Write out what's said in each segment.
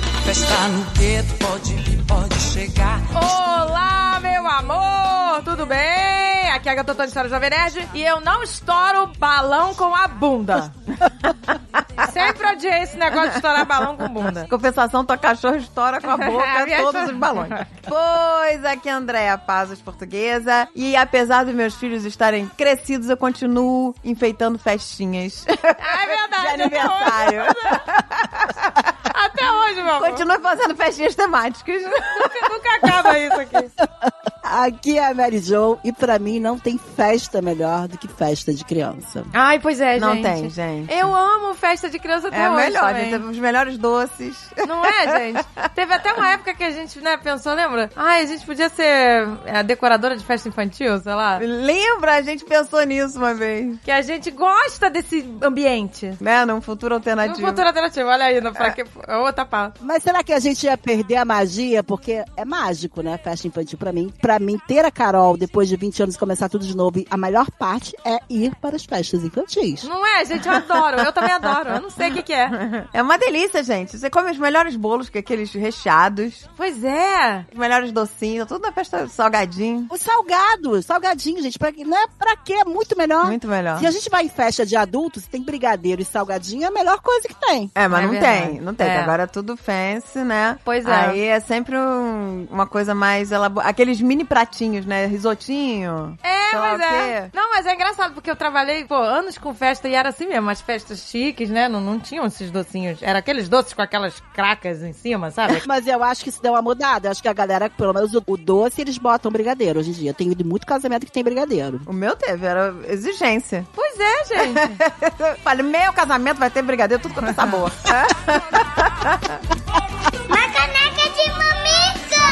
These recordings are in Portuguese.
Tá no gueto, pode vir, pode chegar. Olá, meu amor! Tudo bem? Aqui é a Gatotã de História Jovem Nerd e eu não estouro balão com a bunda. Sempre odiei esse negócio de estourar balão com bunda. Compensação, tua cachorra estoura com a A boca minha todos cho- os balões. Pois aqui é a Andréa Pazos, portuguesa. E apesar dos meus filhos estarem crescidos, eu continuo enfeitando festinhas Ah, É de verdade. aniversário. Até hoje, meu amor. Continuo fazendo festinhas temáticas. Nunca, nunca acaba isso aqui. Aqui é a Mary Jo e pra mim não tem festa melhor do que festa de criança. Ai, pois é, Não gente. tem, gente. Eu amo festa de criança até É hoje melhor, também. gente, os melhores doces. Não é, gente? Teve até uma época que a gente, né, pensou, lembra? Ai, a gente podia ser é, decoradora de festa infantil, sei lá. Lembra? A gente pensou nisso uma vez. Que a gente gosta desse ambiente. Né? Num futuro Um alternativo. futuro alternativo, olha aí, não, pra que... é outra pauta. Mas será que a gente ia perder a magia? Porque é mágico, né? Festa infantil pra mim. Pra mim, ter a Carol depois de 20 anos e começar tudo de novo, a melhor parte é ir para as festas infantis. Não é, gente? Eu adoro, eu também adoro. Eu não sei o que que é. É uma delícia, gente. Você come os melhores bolos, que é aqueles recheados, Pois é. os melhores docinhos, tudo na festa salgadinho. O salgado, salgadinho, gente, pra, não é pra quê? É muito Ah, melhor. Muito melhor. Se a gente vai em festa de adultos, tem brigadeiro e salgadinho, é a melhor coisa que tem. É, mas É não verdade. tem, não tem. É. Agora é tudo fancy, né? Pois é. Aí é sempre um- uma coisa mais elaborada. Aqueles mini pratinhos, né? Risotinho. É, sei lá pois o é. quê. Não, mas é engraçado, porque eu trabalhei, pô, anos com festa e era assim mesmo. As festas chiques, né? Não, não tinham esses docinhos. Era aqueles doces com aquelas cracas em cima, sabe? Mas eu acho que isso deu uma mudada. Eu acho que a galera, pelo menos o, o doce, eles botam brigadeiro hoje em dia. Eu tenho ido em muito casamento que tem brigadeiro. O meu teve, era exigência. Pois é, gente. Eu Falei, meu casamento vai ter brigadeiro, tudo quanto é sabor. Uma caneca de mamica!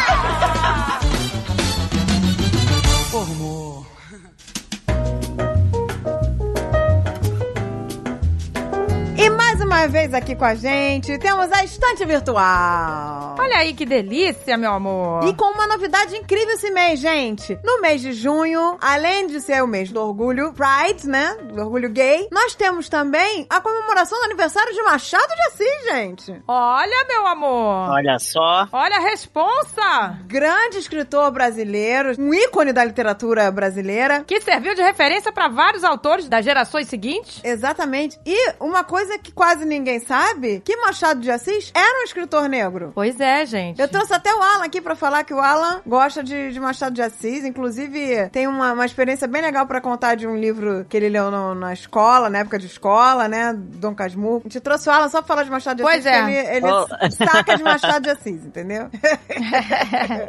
Formou. e mais uma vez aqui com a gente, temos a estante virtual. Olha aí que delícia, meu amor. E com uma novidade incrível esse mês, gente. No mês de junho, além de ser o mês do orgulho, Pride, né? Do orgulho gay, nós temos também a comemoração do aniversário de Machado de Assis, gente. Olha, meu amor. Olha só. Olha a responsa Grande escritor brasileiro, um ícone da literatura brasileira. que serviu de referência para vários autores das gerações seguintes. Exatamente. E uma coisa que quase ninguém sabe, que Machado de Assis era um escritor negro. Pois é, gente. Eu trouxe até o Alan aqui pra falar que o Alan gosta de, de Machado de Assis. Inclusive, tem uma, uma experiência bem legal pra contar de um livro que ele leu no- na escola, na época de escola, né? Dom Casmurro. A gente trouxe o Alan só pra falar de Machado de Pois Assis. é. porque Ele, ele Oh. saca de Machado de Assis, entendeu?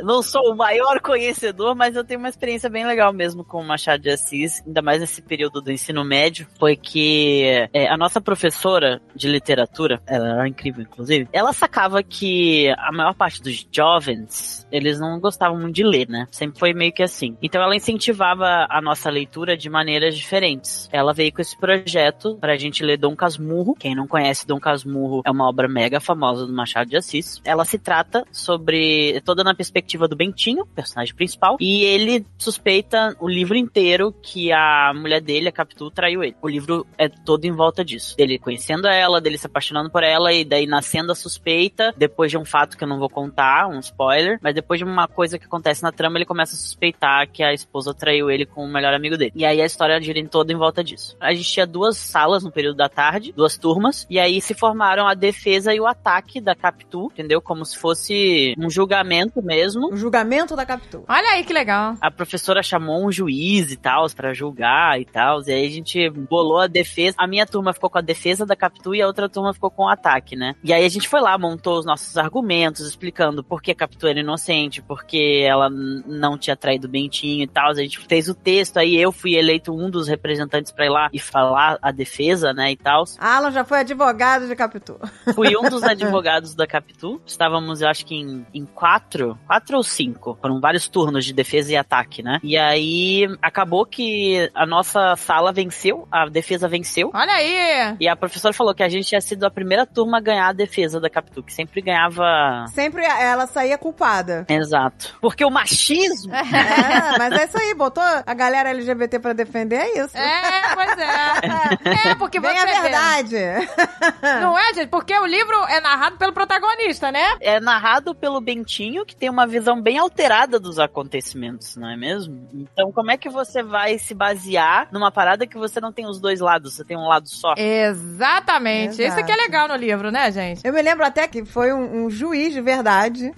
Não sou o maior conhecedor, mas eu tenho uma experiência bem legal mesmo com o Machado de Assis, ainda mais nesse período do ensino médio. Foi que é, a nossa professora de literatura, ela era incrível, inclusive, ela sacava que a maior parte dos jovens, eles não gostavam muito de ler, né? Sempre foi meio que assim. Então ela incentivava a nossa leitura de maneiras diferentes. Ela veio com esse projeto pra gente ler Dom Casmurro. Quem não conhece Dom Casmurro é uma obra mega famosa do Machado de Assis. Ela se trata sobre toda na perspectiva do Bentinho, personagem principal, e ele suspeita o livro inteiro que a mulher dele, a Capitu, traiu ele. O livro é todo em volta disso. Dele conhecendo ela, dele se apaixonando por ela e daí nascendo a suspeita, depois de um fato que eu não vou contar, um spoiler, mas depois de uma coisa que acontece na trama, ele começa a suspeitar que a esposa traiu ele com o melhor amigo dele. E aí a história gira em toda em volta disso. A gente tinha duas salas no período da tarde, duas turmas, e aí se formaram a defesa e o ataque da Capitu, entendeu? Como se fosse um julgamento mesmo. O julgamento da captura. Olha aí que legal. A professora chamou um juiz e tal, pra julgar e tal. E aí a gente bolou a defesa. A minha turma ficou com a defesa da Capitu e a outra turma ficou com o ataque, né? E aí a gente foi lá, montou os nossos argumentos, explicando por que a Capitu era inocente, porque ela n- não tinha traído o Bentinho e tal. A gente fez o texto, aí eu fui eleito um dos representantes pra ir lá e falar a defesa, né, e tal. Alan já foi advogado de captura. Fui um dos advogados da Capitu. Estávamos, eu acho que em, em quatro, quatro ou cinco. Foram vários turnos de defesa e ataque, né? E aí acabou que a nossa sala venceu, a defesa venceu. Olha aí. E a professora falou que a gente tinha sido a primeira turma a ganhar a defesa da Capitu, que sempre ganhava. Sempre ela saía culpada. Exato. Porque o machismo. É, mas é isso aí, botou a galera LGBT pra defender, é isso. É, pois é. É, porque Bem você a vê. verdade. Não é, gente? Porque o livro é narrado pelo protagonista, né? É narrado pelo Bentinho, que tem uma visão bem alterada dos acontecimentos, não é mesmo? Então, como é que você vai se basear numa parada que você não tem os dois lados, você tem um lado só? Exatamente. Isso que é Exato. legal no livro, né, gente? Eu me lembro até que foi um, um juiz de verdade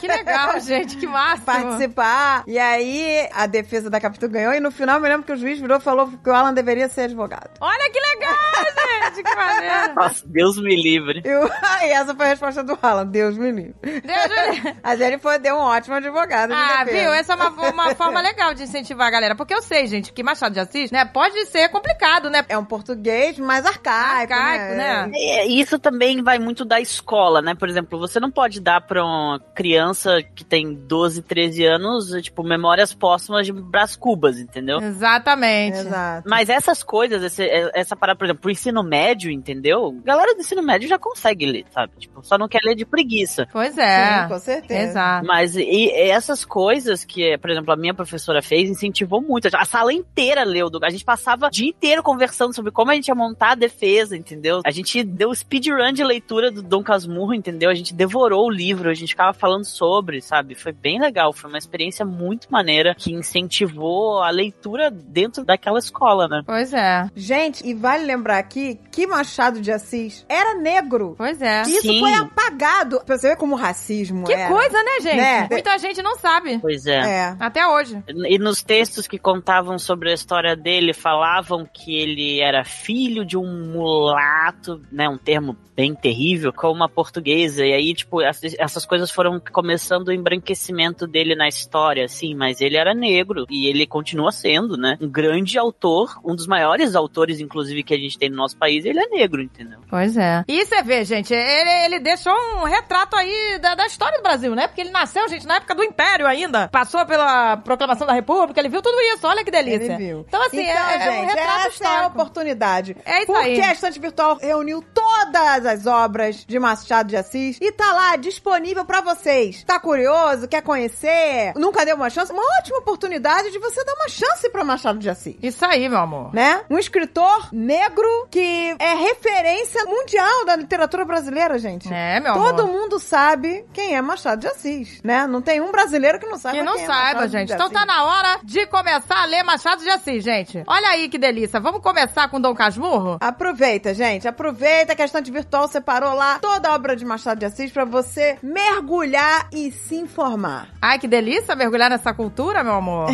Que legal, gente. Que máximo. participar. E aí a defesa da Capitu ganhou. E no final eu me lembro que o juiz virou e falou que o Alan deveria ser advogado. Olha que legal, gente. Que maneiro. Nossa, Deus me livre. E, o- e essa foi a resposta do Alan. Deus me livre. Deus me livre. A Jenny foi deu um ótimo advogado. de Ah, defesa. viu? Essa é uma, uma forma legal de incentivar a galera. Porque eu sei, gente, que Machado de Assis, né, pode ser complicado, né? É um português mais arcaico, Arcaico, né? É, Isso também vai muito da escola, né? Por exemplo, você não pode dar pra uma criança que tem 12, 13 anos, tipo, memórias póstumas de Brás Cubas, entendeu? Exatamente. é. Exato. Mas essas coisas, esse- é, essa parada, por exemplo, pro ensino médio, entendeu? Galera do ensino médio já consegue ler, sabe? Tipo, só não quer ler de preguiça. Pois é. Sim, com certeza. Exato. Mas e- e essas coisas que, por exemplo, a minha professora fez, incentivou muito. A sala inteira leu. do- A gente passava o dia inteiro conversando sobre como a gente ia montar a defesa, entendeu? A gente deu speedrun de leitura do Dom Casmurro, entendeu? A gente devorou o livro, a gente ficava falando sobre, sabe? Foi bem legal. Foi uma experiência muito maneira que incentivou a leitura dentro daquela escola, né? Pois é. Gente, e vale lembrar aqui que Machado de Assis era negro. Pois é. Isso Sim. foi apagado. Pra você ver como o racismo Que era. coisa, né, gente? Né? Muita gente não sabe. Pois é. É. Até hoje. E nos textos que contavam sobre a história dele, falavam que ele era filho de um mulato, né? Um termo bem terrível, com uma portuguesa. E aí, tipo, ess- essas coisas foram começando o embranquecimento dele na história, assim. Mas ele era negro e ele continua sendo, né? Um grande autor, um dos maiores autores, inclusive, que a gente tem no nosso país. Ele é negro, entendeu? Pois é. E você vê, gente, ele, ele deixou um retrato aí da, da história do Brasil, né? Porque ele nasceu, gente, na época do Império ainda. Passou pela proclamação da República, ele viu tudo isso. Olha que delícia. Ele viu. Então, assim, é, é um gente, retrato essa é a histórico. oportunidade. É isso Porque aí. a estante virtual reuniu todas as obras de Machado de Assis e tá lá disponível pra vocês. Tá curioso? Quer conhecer? Nunca deu uma chance? Uma ótima oportunidade de você dar uma chance pra Machado de Assis. Isso aí, meu amor. Né? Um escritor negro que é referência mundial da literatura brasileira, gente. É, meu amor. Todo mundo sabe quem é Machado de Assis, né? Não tem um brasileiro que não saiba Que não quem é saiba, Machado de gente. Então Assis. tá na hora de começar a ler Machado de Assis, gente. Olha aí que delícia. Vamos começar com Dom Casmurro? Aproveita, gente. Aproveita que a estante virtual separou lá toda a obra de Machado de Assis pra você mergulhar e se informar Ai, que delícia mergulhar nessa cultura, meu amor.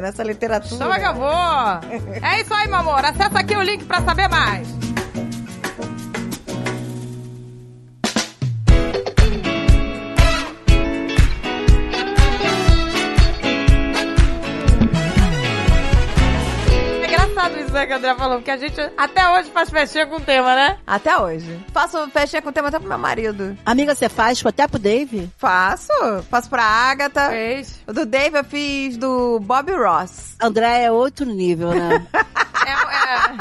nessa literatura. Chama que eu vou. É isso aí, meu amor. Acessa aqui o link pra saber mais. É engraçado isso né, que a André falou, porque a gente até hoje faz festinha com o tema, né? Até hoje. Faço festinha com o tema até pro meu marido. Amiga, você faz até pro Dave? Faço. Faço pra Agatha. Fez. O Do Dave eu fiz do Bob Ross. André é outro nível, né?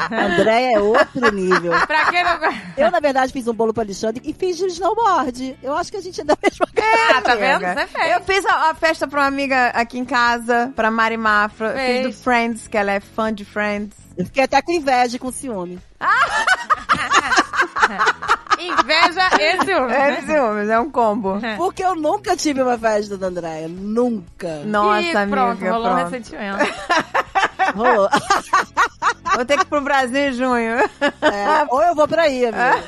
É, é- André é outro nível. pra quem não conhece. Eu, na verdade, fiz um bolo pro Alexandre e fiz de snowboard. Eu acho que a gente é da mesma Ah, tá vendo? Amiga. Você fez. Eu fiz a, a festa pra uma amiga aqui em casa, pra Mari Mafra. Eu Fiz Fez. do Friends, que ela é fã de Friends. Eu fiquei até com inveja, e com ciúme. Inveja esse homem. É ciúmes, é um combo. Porque eu nunca tive uma festa da Andréia. Nunca. Nossa, Ih, amiga. pronto, rolou um pronto. ressentimento. Rolou. Vou ter que ir pro Brasil em junho. É, ou eu vou pra aí, amiga.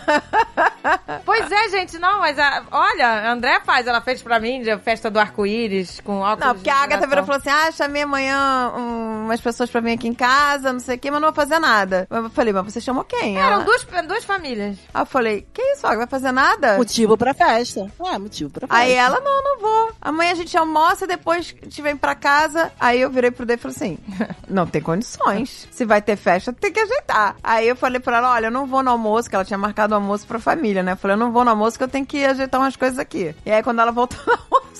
Pois é, gente, não, mas a- olha, a André faz, ela fez pra mim de festa do arco-íris com óculos. Não, porque a de Agatha virou e navegação. falou assim: ah, chamei amanhã hum, umas pessoas pra vir aqui em casa, não sei o quê, mas não vou fazer nada. Eu falei, mas você chamou quem? Eram Ela- duas, duas famílias. Aí eu falei, que isso, Agatha, vai fazer nada? Motivo pra festa. tipo É, motivo pra festa. É. Aí ela, não, não vou. Amanhã a gente almoça e depois a gente vem pra casa. Aí eu virei pro D e falei assim: não tem condições. Se vai ter festa, tem que ajeitar. Aí eu falei pra ela: olha, eu não vou no almoço, que ela tinha marcado o almoço pra família, né? Eu falei: eu não vou no almoço, que eu tenho que ajeitar umas coisas aqui. E aí quando ela voltou no almoço,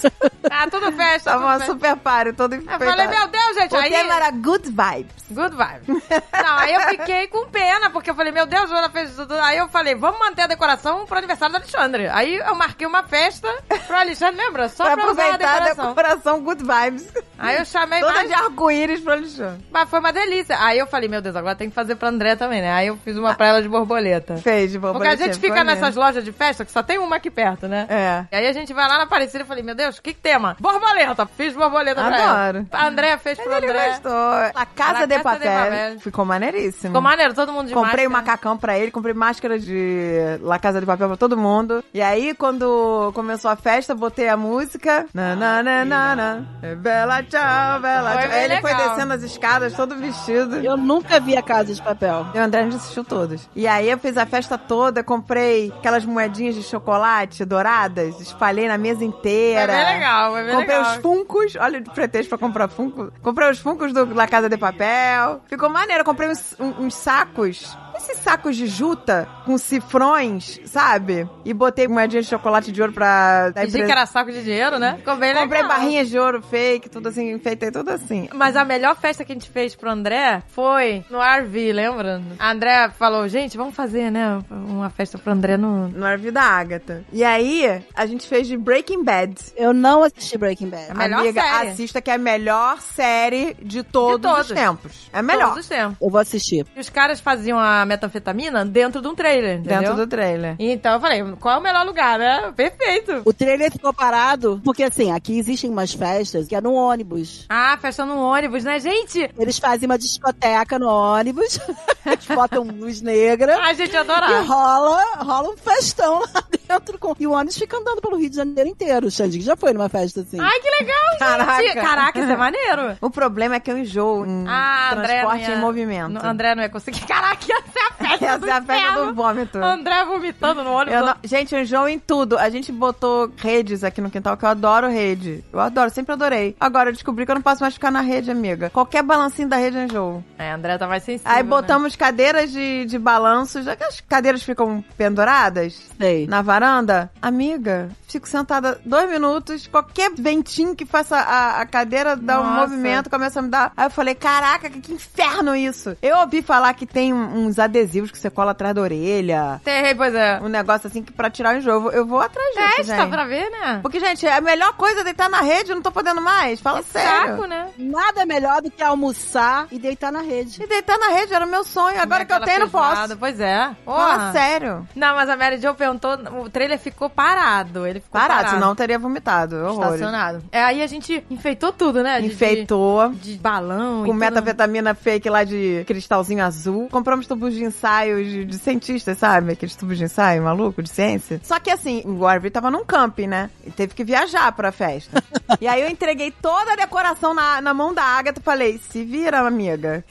Ah, tudo festa. Tava tudo uma festa. super é party, todo Eu falei, meu Deus, gente, O aí... tema era good vibes. Good vibe. Não, aí eu fiquei com pena, porque eu falei, meu Deus, ela fez tudo. Aí eu falei, vamos manter a decoração pro aniversário do Alexandre. Aí eu marquei uma festa pro Alexandre, lembra? Só pra, pra usar a aproveitar a decoração. decoração good vibes. Aí eu chamei Toda mais... de arco-íris pro Alexandre. Mas foi uma delícia. Aí eu falei, meu Deus, agora tem que fazer pra André também, né? Aí eu fiz uma pra ela de borboleta. Fez, de Porque a gente fica nessas lojas de festa que só tem uma aqui perto, né? É. E aí a gente vai lá na Aparecida e falei, meu Deus, que, que tema? Borboleta. Fiz borboleta pra ela. Adoro. A Andréa fez Mas pro ele André. gostou. A Casa La de Casa de Papel. Papel. Ficou maneiríssimo. Ficou né? maneiro, todo mundo de Comprei um máscara. macacão pra ele, comprei máscara de La Casa de Papel pra todo mundo. E aí, quando começou a festa, botei a música. Na, na, na, na, na. É Bela tchau, bela Foi tchau. bem Aí ele foi legal. descendo as escadas, todo vestido. Eu nunca vi a Casa de Papel. E o André não assistiu todas. E aí eu fiz a festa toda, comprei aquelas moedinhas de chocolate douradas, espalhei na mesa Foi inteira. É bem legal, foi bem Comprei legal. os funcos, olha o pretexto pra comprar funko. Comprei os funcos do La Casa de Papel. Ficou maneiro, comprei uns, um- uns sacos. Esses sacos de juta com cifrões, sabe? E botei moedinha de chocolate de ouro pra. da Fingi empresa. que era saco de dinheiro, né? Ficou bem Comprei legal. barrinhas de ouro fake, tudo assim, enfeitei tudo assim. Mas a melhor festa que a gente fez pro André foi no RV, lembra? A André falou, gente, vamos fazer, né, uma festa pro André no... No arvio da Agatha. E aí, a gente fez de Breaking Bad. Eu não assisti Breaking Bad. É melhor Amiga, série. assista que é a melhor série de todos, De todos. os tempos. É a melhor. Todos os tempos. Eu vou assistir. E os caras faziam a metanfetamina dentro de um trailer, entendeu? Dentro do trailer. Então eu falei, qual é o melhor lugar, né? Perfeito. O trailer ficou parado, porque assim, aqui existem umas festas que é no ônibus. Ah, festa no ônibus, né, gente? Eles fazem uma discoteca no ônibus, eles botam luz negra A gente e adorava. rola, rola um festão lá dentro. Com... E o ônibus fica andando pelo Rio de Janeiro inteiro. O Xandinho já foi numa festa assim. Ai, que legal, gente. Caraca. Caraca, isso é maneiro. O problema é que eu enjoo em Ah, André. transporte não ia- em movimento. Não, André não ia conseguir. Caraca, essa é a festa Essa do é a festa inferno. do vômito. André vomitando no ônibus. Eu não- Gente, eu enjoo em tudo. A gente botou redes aqui no quintal, que eu adoro rede. Eu adoro, sempre adorei. Agora eu descobri que eu não posso mais ficar na rede, amiga. Qualquer balancinho da rede eu enjoo. É, André tá mais sensível. Aí né? botamos cadeiras de, de balanço, já que as cadeiras ficam penduradas. Sei. na varanda, amiga, fico sentada dois minutos, qualquer ventinho que faça a, a cadeira dar um Nossa. movimento, começa a me dar. Aí eu falei, caraca, que, que inferno isso! Eu ouvi falar que tem um- uns adesivos que você cola atrás da orelha, Tem, pois é. um negócio assim que pra tirar o enjoo. Eu vou- Eu vou atrás disso, Festa gente. pra ver, né? Porque, gente, a melhor coisa é deitar na rede, eu não tô podendo mais. Fala é sério. Saco, né? Nada melhor do que almoçar e deitar na rede. E deitar na rede era o meu sonho. Agora que eu Aquela tenho, não feijoada, posso. Pois é. Fala Porra. sério. Não, mas a Mary Jo perguntou, o trailer ficou parado. Ele ficou parado. Parado, senão eu teria vomitado. Horrores. Estacionado. É, aí a gente enfeitou tudo, né? De- Enfeitou. De, de balão. e com tudo. metavitamina fake lá de cristalzinho azul. Compramos tubos de ensaio de, de cientistas, sabe? Aqueles tubos de ensaio maluco, de ciência. Só que assim, o Harvey tava num camping, né? E teve que viajar pra festa. e aí eu entreguei toda a decoração na, na mão da Agatha e falei: se vira, amiga.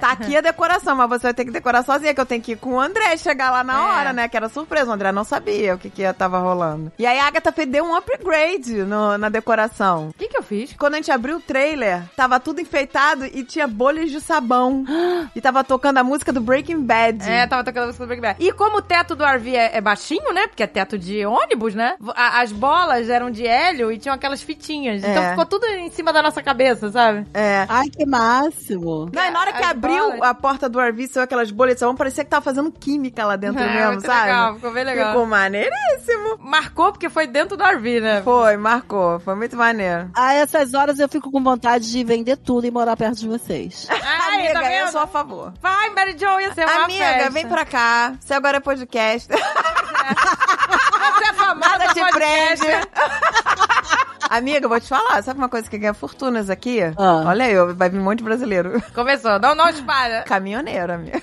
Tá aqui a decoração, mas você vai ter que decorar sozinha, que eu tenho que ir com o André chegar lá na É. hora, né? Que era surpresa, o André não sabia o que, que tava rolando. E aí a Agatha fez, deu um upgrade no- na decoração. O que que eu fiz? Quando a gente abriu o trailer, tava tudo enfeitado e tinha bolhas de sabão. e tava tocando a música do Breaking Bad. É, tava tocando a música do Breaking Bad. E como o teto do RV é, é baixinho, né? Porque é teto de ônibus, né? A- as bolas eram de hélio e tinham aquelas fitinhas. Então É. ficou tudo em cima da nossa cabeça, sabe? É. Ai, que máximo. Não, e na hora que As abriu bolas. a porta do RV, saiu aquelas bolhas de sabão, parecia que tava fazendo química lá dentro É, mesmo, muito sabe? legal, ficou bem legal. Ficou maneiríssimo. Marcou porque foi dentro do RV, né? Foi, marcou. Foi muito maneiro. A essas horas eu fico com vontade de vender tudo e morar perto de vocês. Ai, Amiga, tá eu vendo? sou a favor. Vai, Mary Jo, ia ser uma Amiga, festa. vem pra cá. Você agora é podcast. Você é famosa, Nada te podcast. prende. Amiga, eu vou te falar. Sabe uma coisa que ganha fortunas aqui? Ah. Olha aí, vai vir um monte de brasileiro. Começou, não, não espalha. Caminhoneiro, amiga.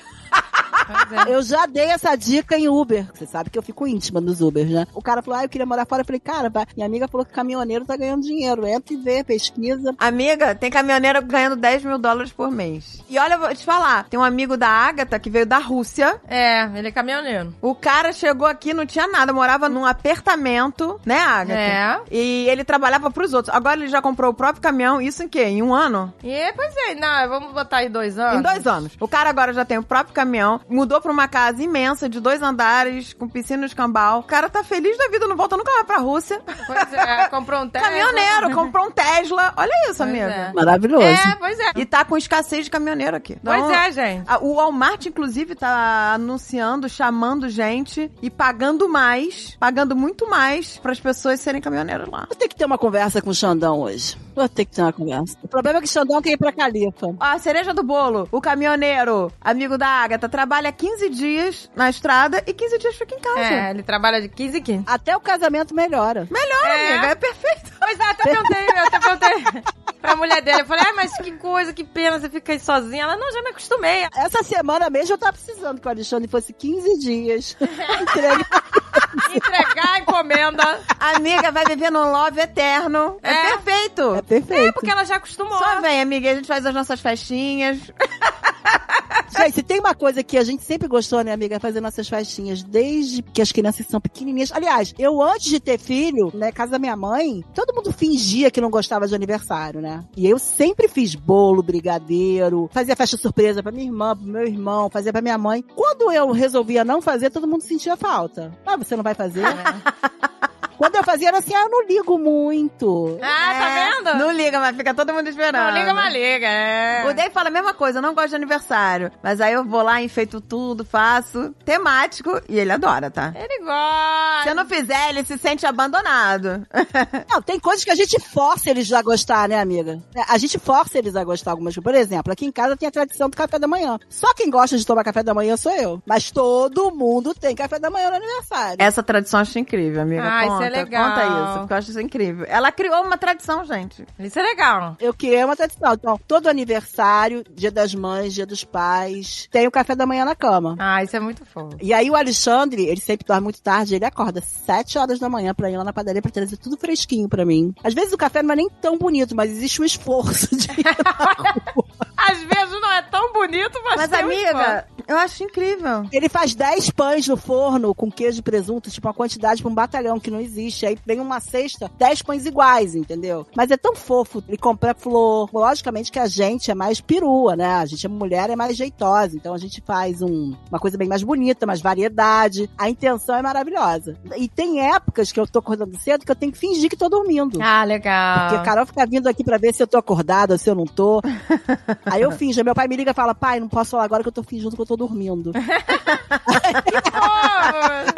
Eu já dei essa dica em Uber. Você sabe que eu fico íntima nos Ubers, né? O cara falou, ah, eu queria morar fora. Eu falei, cara, vai. minha amiga falou que caminhoneiro tá ganhando dinheiro. Entra e vê, pesquisa. Amiga, tem caminhoneiro ganhando 10 mil dólares por mês. E olha, eu vou te falar, tem um amigo da Agatha que veio da Rússia. É, ele é caminhoneiro. O cara chegou aqui, não tinha nada, morava num apertamento, né, Agatha? É. E ele trabalhava pros outros. Agora ele já comprou o próprio caminhão, isso em quê? Em um ano? E, pois é, não, vamos botar aí dois anos. Em dois anos. O cara agora já tem o próprio caminhão, mudou pra uma casa imensa, de dois andares, com piscina no escambau. O cara tá feliz da vida, não volta nunca mais pra Rússia. Pois é, comprou um Tesla. Caminhoneiro, comprou um Tesla. Olha isso, Pois amigo. é. Maravilhoso. É, pois é. E tá com escassez de caminhoneiro aqui. Pois Então, é, gente. a- O Walmart, inclusive, tá anunciando, chamando gente e pagando mais, pagando muito mais pras pessoas serem caminhoneiras lá. Vou ter que ter uma conversa com o Xandão hoje. Vou ter que ter uma conversa. O problema é que o Xandão quer ir pra Califa. A cereja do bolo, o caminhoneiro, amigo da Agatha, trabalha 15 dias na estrada e 15 dias fica em casa. É, ele trabalha de 15 em 15. Até o casamento melhora. Melhor, É. amiga, é perfeito. Pois é, até perguntei, eu até perguntei pra mulher dele. Eu falei, ah, mas que coisa, que pena, você fica aí sozinha. Ela, não, já me acostumei. Essa semana mesmo eu tava precisando que o Alexandre fosse 15 dias. Entregue. Entregar a encomenda. Amiga, vai viver num love eterno. É, É. perfeito. É perfeito. É porque ela já acostumou. Só vem, amiga, a gente faz as nossas festinhas. Gente, se tem uma coisa que a gente sempre gostou, né, amiga? é Fazer nossas festinhas desde que as crianças são pequenininhas. Aliás, eu antes de ter filho, né, casa da minha mãe, todo mundo fingia que não gostava de aniversário, né? E eu sempre fiz bolo, brigadeiro, fazia festa surpresa pra minha irmã, pro meu irmão, fazia pra minha mãe. Quando eu resolvia não fazer, todo mundo sentia falta. Ah, você não vai fazer? Quando eu fazia era assim, ah, eu não ligo muito. Ah, É. tá vendo? Não liga, mas fica todo mundo Não, esperando. liga, mas liga. É. O Dave fala a mesma coisa, eu não gosto de aniversário. Mas aí eu vou lá, enfeito tudo, faço. Temático. E ele adora, tá? Ele Se eu gosta. não fizer, ele se sente abandonado. Não, tem coisas que a gente força eles a gostar, né, amiga? É, A gente força eles a gostar algumas coisas. Por exemplo, aqui em casa tem a tradição do café da manhã. Só quem gosta de tomar café da manhã sou eu. Mas todo mundo tem café da manhã no aniversário. Essa tradição eu acho incrível, amiga. Ah, isso conta, é legal. Conta isso, porque eu acho isso incrível. Ela criou uma tradição, gente. Isso é legal. Eu criei uma tradição. Então, todo aniversário, dia das mães, dia dos pais, tem o café da manhã na cama. Ah, isso é muito fofo. E aí o Alexandre, ele sempre dorme muito tarde, ele acorda sete horas da manhã pra ir lá na padaria pra trazer tudo fresquinho pra mim. Às vezes o café não é nem tão bonito, mas existe um esforço de Às vezes não é tão bonito, mas, Mas, tem um esforço. amiga, eu acho incrível. Ele faz 10 pães no forno com queijo e presunto, tipo uma quantidade pra um batalhão que não existe. Aí vem uma cesta, 10 pães iguais, entendeu? Mas é tão fofo. Ele compra flor. Logicamente que a gente é mais perua, né? A gente é mulher, é mais jeitosa. Então a gente faz um- uma coisa bem mais bonita, mais variedade. A intenção é maravilhosa. E tem épocas que eu tô acordando cedo que eu tenho que fingir que tô dormindo. Ah, legal. Porque a Carol fica vindo aqui pra ver se eu tô acordada, se eu não tô. Aí eu finjo. Aí Meu pai me liga e fala, pai, não posso falar agora que eu tô fingindo que eu tô dormindo. Pô,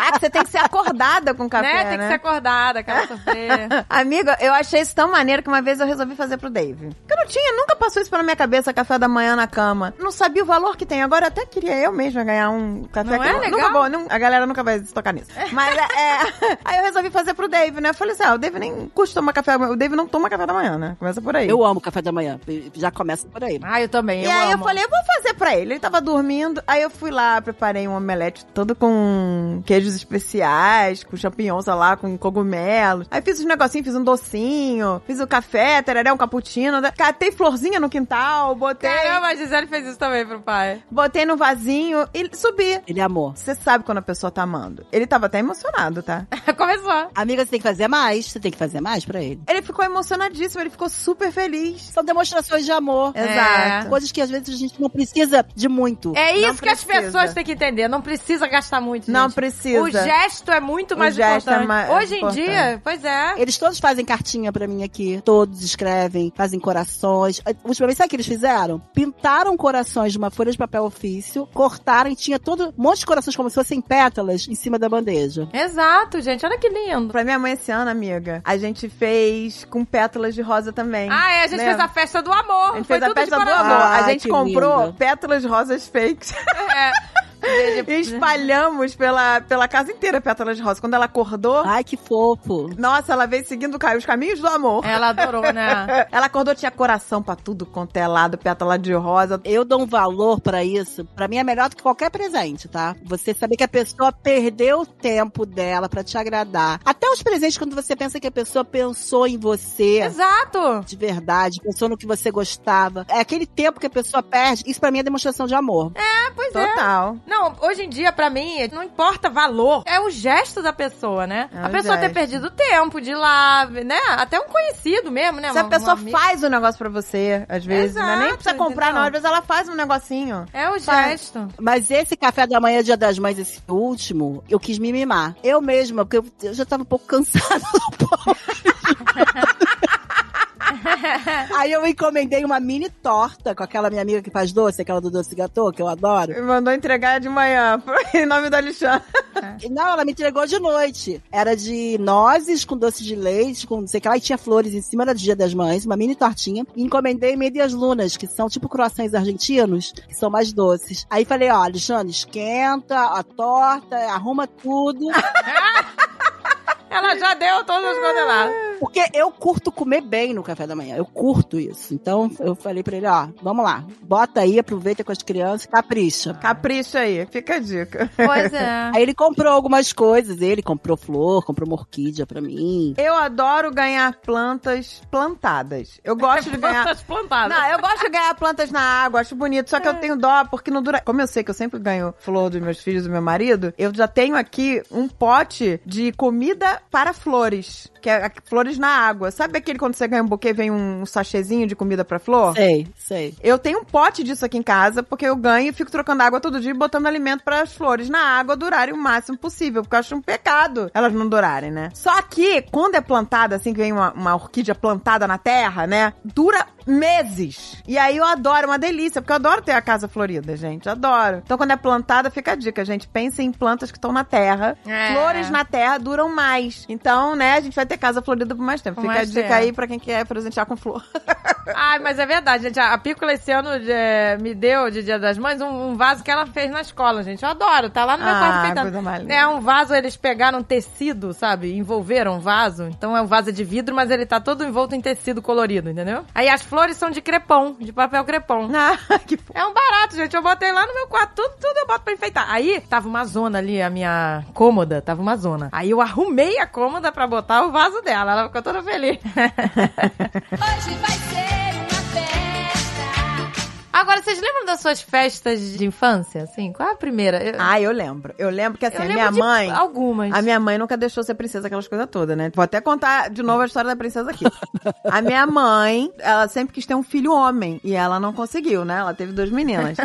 Ah, que você tem que ser acordada com o né? café, né? Tem que tá ser acordada, aquela surpresa. Amiga, eu achei isso tão maneiro que uma vez eu resolvi fazer pro Dave. Porque eu não tinha, nunca passou isso pela minha cabeça, café da manhã na cama. Não sabia o valor que tem. Agora eu até queria eu mesma ganhar um café. Não que é eu- legal? Nunca vou, não- a galera nunca vai se tocar nisso. Mas é, aí eu resolvi fazer pro Dave, né? Eu falei assim, ah, o Dave nem costuma tomar café, o Dave não toma café da manhã, né? Começa por aí. Eu amo café da manhã. Já começa por aí. né? Ah, eu também. E eu aí eu amo. falei, eu vou fazer pra ele. Ele tava dormindo. Aí eu fui lá, preparei um omelete todo com queijos especiais, com champignons, sei lá, com cogumelos. Aí fiz uns negocinhos, fiz um docinho, fiz o café, tereré, um cappuccino. né? Catei florzinha no quintal, botei, Caramba, a Gisele fez isso também pro pai. botei no vasinho e subi. Ele é amou. Você sabe quando a pessoa tá amando. Ele tava até emocionado, tá? Começou. Amiga, você tem que fazer mais. Você tem que fazer mais pra ele. Ele ficou emocionadíssimo, ele ficou super feliz. São demonstrações de amor. Exato. Coisas que às vezes a gente não precisa de muito. É isso que as precisa. pessoas têm que entender. Não precisa gastar muito, Não gente. precisa. O gesto é muito O mais gesto é importante. mais Hoje importante. em dia, pois é. Eles todos fazem cartinha pra mim aqui. Todos escrevem, fazem corações. A última vez, sabe o que eles fizeram? Pintaram corações de uma folha de papel ofício, cortaram e tinha todo um monte de corações como se fossem pétalas em cima da bandeja. Exato, gente. Olha que lindo. Pra minha mãe esse ano, amiga, a gente fez com pétalas de rosa também. Ah, é, a gente Lembra? fez a festa do amor. A gente Foi fez a tudo de festa do coração. amor. Ah, a gente que comprou lindo. pétalas rosas fakes É. e espalhamos pela, pela casa inteira pétalas rosas. Quando ela acordou, Ai, que fofo. nossa, ela veio seguindo ca- os caminhos do amor. Ela adorou, né? Ela acordou, tinha coração pra tudo quanto é lado, pétala de rosa. Eu dou um valor pra isso. Pra mim é melhor do que qualquer presente, tá? Você saber que a pessoa perdeu o tempo dela pra te agradar. Até os presentes quando você pensa que a pessoa pensou em você Exato. de verdade, pensou no que você gostava. É aquele tempo que a pessoa perde. Isso pra mim é demonstração de amor. É, É, pois é. Total. Não, hoje em dia, pra mim, não importa valor. É o gesto da pessoa, né? É a o pessoa ter gesto. perdido tempo de ir lá, né? Até um conhecido mesmo, né? Se a Um- um pessoa amigo. faz um negócio pra você, às vezes, né? nem Exato, precisa comprar, não. entendeu? Às vezes ela faz um negocinho. É o Faz. gesto. Mas esse café da manhã, dia das mães, esse último, eu quis me mimar. Eu mesma, porque eu- eu já tava um pouco cansada do pão. Aí eu encomendei uma mini torta com aquela minha amiga que faz doce, aquela do doce gatô, que eu adoro. E mandou entregar de manhã, em nome da Alexandre. Não, ela me entregou de noite. Era de nozes com doce de leite, com não sei o que lá, e tinha flores em cima, era do Dia das Mães, uma mini tortinha. E encomendei medias lunas, que são tipo croissants argentinos, que são mais doces. Aí falei, ó, Alexandre, esquenta a torta, arruma tudo, Ela já deu todas as coisas porque eu curto comer bem no café da manhã, eu curto isso. Então eu falei pra ele, ó, vamos lá, bota aí, aproveita com as crianças, capricha. Capricho aí, fica a dica. Pois é. Aí ele comprou algumas coisas, ele comprou flor, comprou uma orquídea pra mim. Eu adoro ganhar plantas plantadas. Eu gosto de ganhar. Plantas plantadas. Não, eu É. gosto de ganhar plantas na água, acho bonito, só que eu tenho dó, porque não dura. Como eu sei que eu sempre ganho flor dos meus filhos e do meu marido, eu já tenho aqui um pote de comida para flores, que é a- flores na água. Sabe aquele quando você ganha um buquê, vem um sachêzinho de comida para flor? Sei, sei. Eu tenho um pote disso aqui em casa, porque eu ganho e fico trocando água todo dia e botando alimento para as flores na água durarem o máximo possível, porque eu acho um pecado elas não durarem, né? Só que, quando é plantada, assim, que vem uma, uma orquídea plantada na terra, né? Dura meses. E aí eu adoro, é uma delícia, porque eu adoro ter a casa florida, gente. Adoro. Então, quando é plantada, fica a dica, gente. Pensem em plantas que estão na terra. É. Flores na terra duram mais. Então, né, a gente vai ter casa florida por mais tempo. Por Fica mais a dica tempo. aí pra quem quer presentear com flor. Ai, mas é verdade, gente. A a Pícola esse ano é, me deu, de Dia das Mães, um, um vaso que ela fez na escola, gente. Eu adoro, tá lá no meu Ah, quarto enfeitando. coisa mais linda. É um vaso, eles pegaram tecido, sabe? Envolveram o vaso. Então é um vaso de vidro, mas ele tá todo envolto em tecido colorido, entendeu? Aí as flores são de crepom, de papel crepom. Ah, que É um barato, gente. Eu botei lá no meu quarto. Tudo, tudo eu boto pra enfeitar. Aí tava uma zona ali, a minha cômoda, tava uma zona. Aí eu arrumei a cômoda pra botar o vaso dela. Ela ficou toda feliz. Hoje vai ser uma festa. Agora, vocês lembram das suas festas de infância, assim? Qual é a primeira? Eu, Ah, eu lembro. Eu lembro que assim, eu a lembro minha de mãe. Algumas. A minha mãe nunca deixou ser princesa, aquelas coisas todas, né? Vou até contar de novo a história da princesa aqui. a minha mãe, ela sempre quis ter um filho homem. E ela não conseguiu, né? Ela teve duas meninas.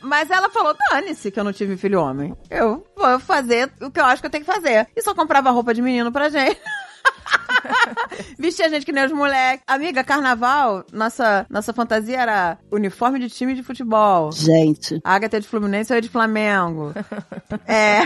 Mas ela falou: dane-se que eu não tive filho homem. Eu vou fazer o que eu acho que eu tenho que fazer. E só comprava roupa de menino pra gente. Vestia a gente que nem os moleques. Amiga, carnaval, nossa, nossa fantasia era uniforme de time de futebol. Gente. A Agatha é de Fluminense ou é de Flamengo? é.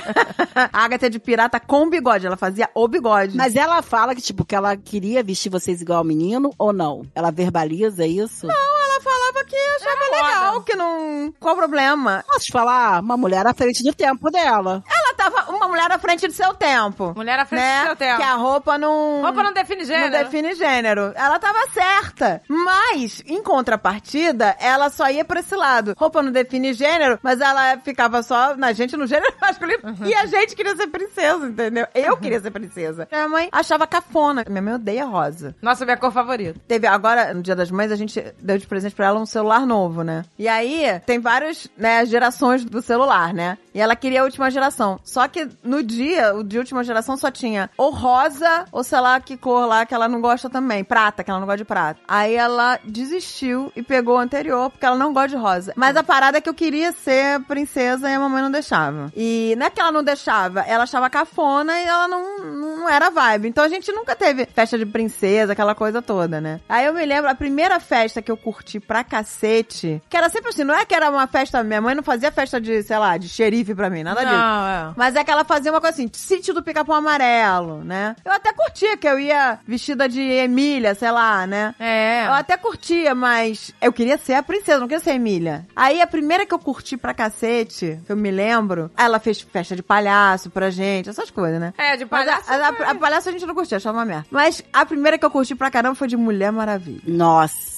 A Agatha é de pirata com bigode. Ela fazia o bigode. Mas ela fala que, tipo, que ela queria vestir vocês igual ao menino ou não? Ela verbaliza isso? Não. Então ela falava que achava legal, que não. Qual o problema? Posso te falar? Uma mulher à frente do tempo dela. Ela tava uma mulher à frente do seu tempo. Mulher à frente né? do seu tempo. Que a roupa não. Roupa não define gênero. Não define gênero. Ela tava certa. Mas, em contrapartida, ela só ia pra esse lado. Roupa não define gênero, mas ela ficava só na gente no gênero masculino. Uhum. E a gente queria ser princesa, entendeu? Eu queria ser princesa. Minha mãe achava cafona. Minha mãe odeia rosa. Nossa, minha cor favorita. Teve agora, no Dia das Mães, a gente deu de presente pra ela um celular novo, né? E aí, tem várias, né, gerações do celular, né? E ela queria a última geração. Só que no dia, o de última geração só tinha ou rosa, ou sei lá que cor lá que ela não gosta também. Prata, que ela não gosta de prata. Aí ela desistiu e pegou o anterior, porque ela não gosta de rosa. Mas a parada é que eu queria ser princesa e a mamãe não deixava. E não é que ela não deixava, ela achava cafona e ela não, não não era vibe. Então a gente nunca teve festa de princesa, aquela coisa toda, né? Aí eu me lembro, a primeira festa que eu curti pra cacete, que era sempre assim, não é que era uma festa, minha mãe não fazia festa de, sei lá, de xerife pra mim, nada disso. Não, é. Mas é que ela fazia uma coisa assim, sítio do pica-pau amarelo, né? Eu até curtia que eu ia vestida de Emília, sei lá, né? É. Eu até curtia, mas eu queria ser a princesa, não queria ser a Emília. Aí a primeira que eu curti pra cacete, que eu me lembro, ela fez festa de palhaço pra gente, essas coisas, né? É, de Mas a- palhaço. a, foi- a- a palhaço a gente não curtia, achava uma merda. Mas a primeira que eu curti pra caramba foi de Mulher Maravilha. Nossa.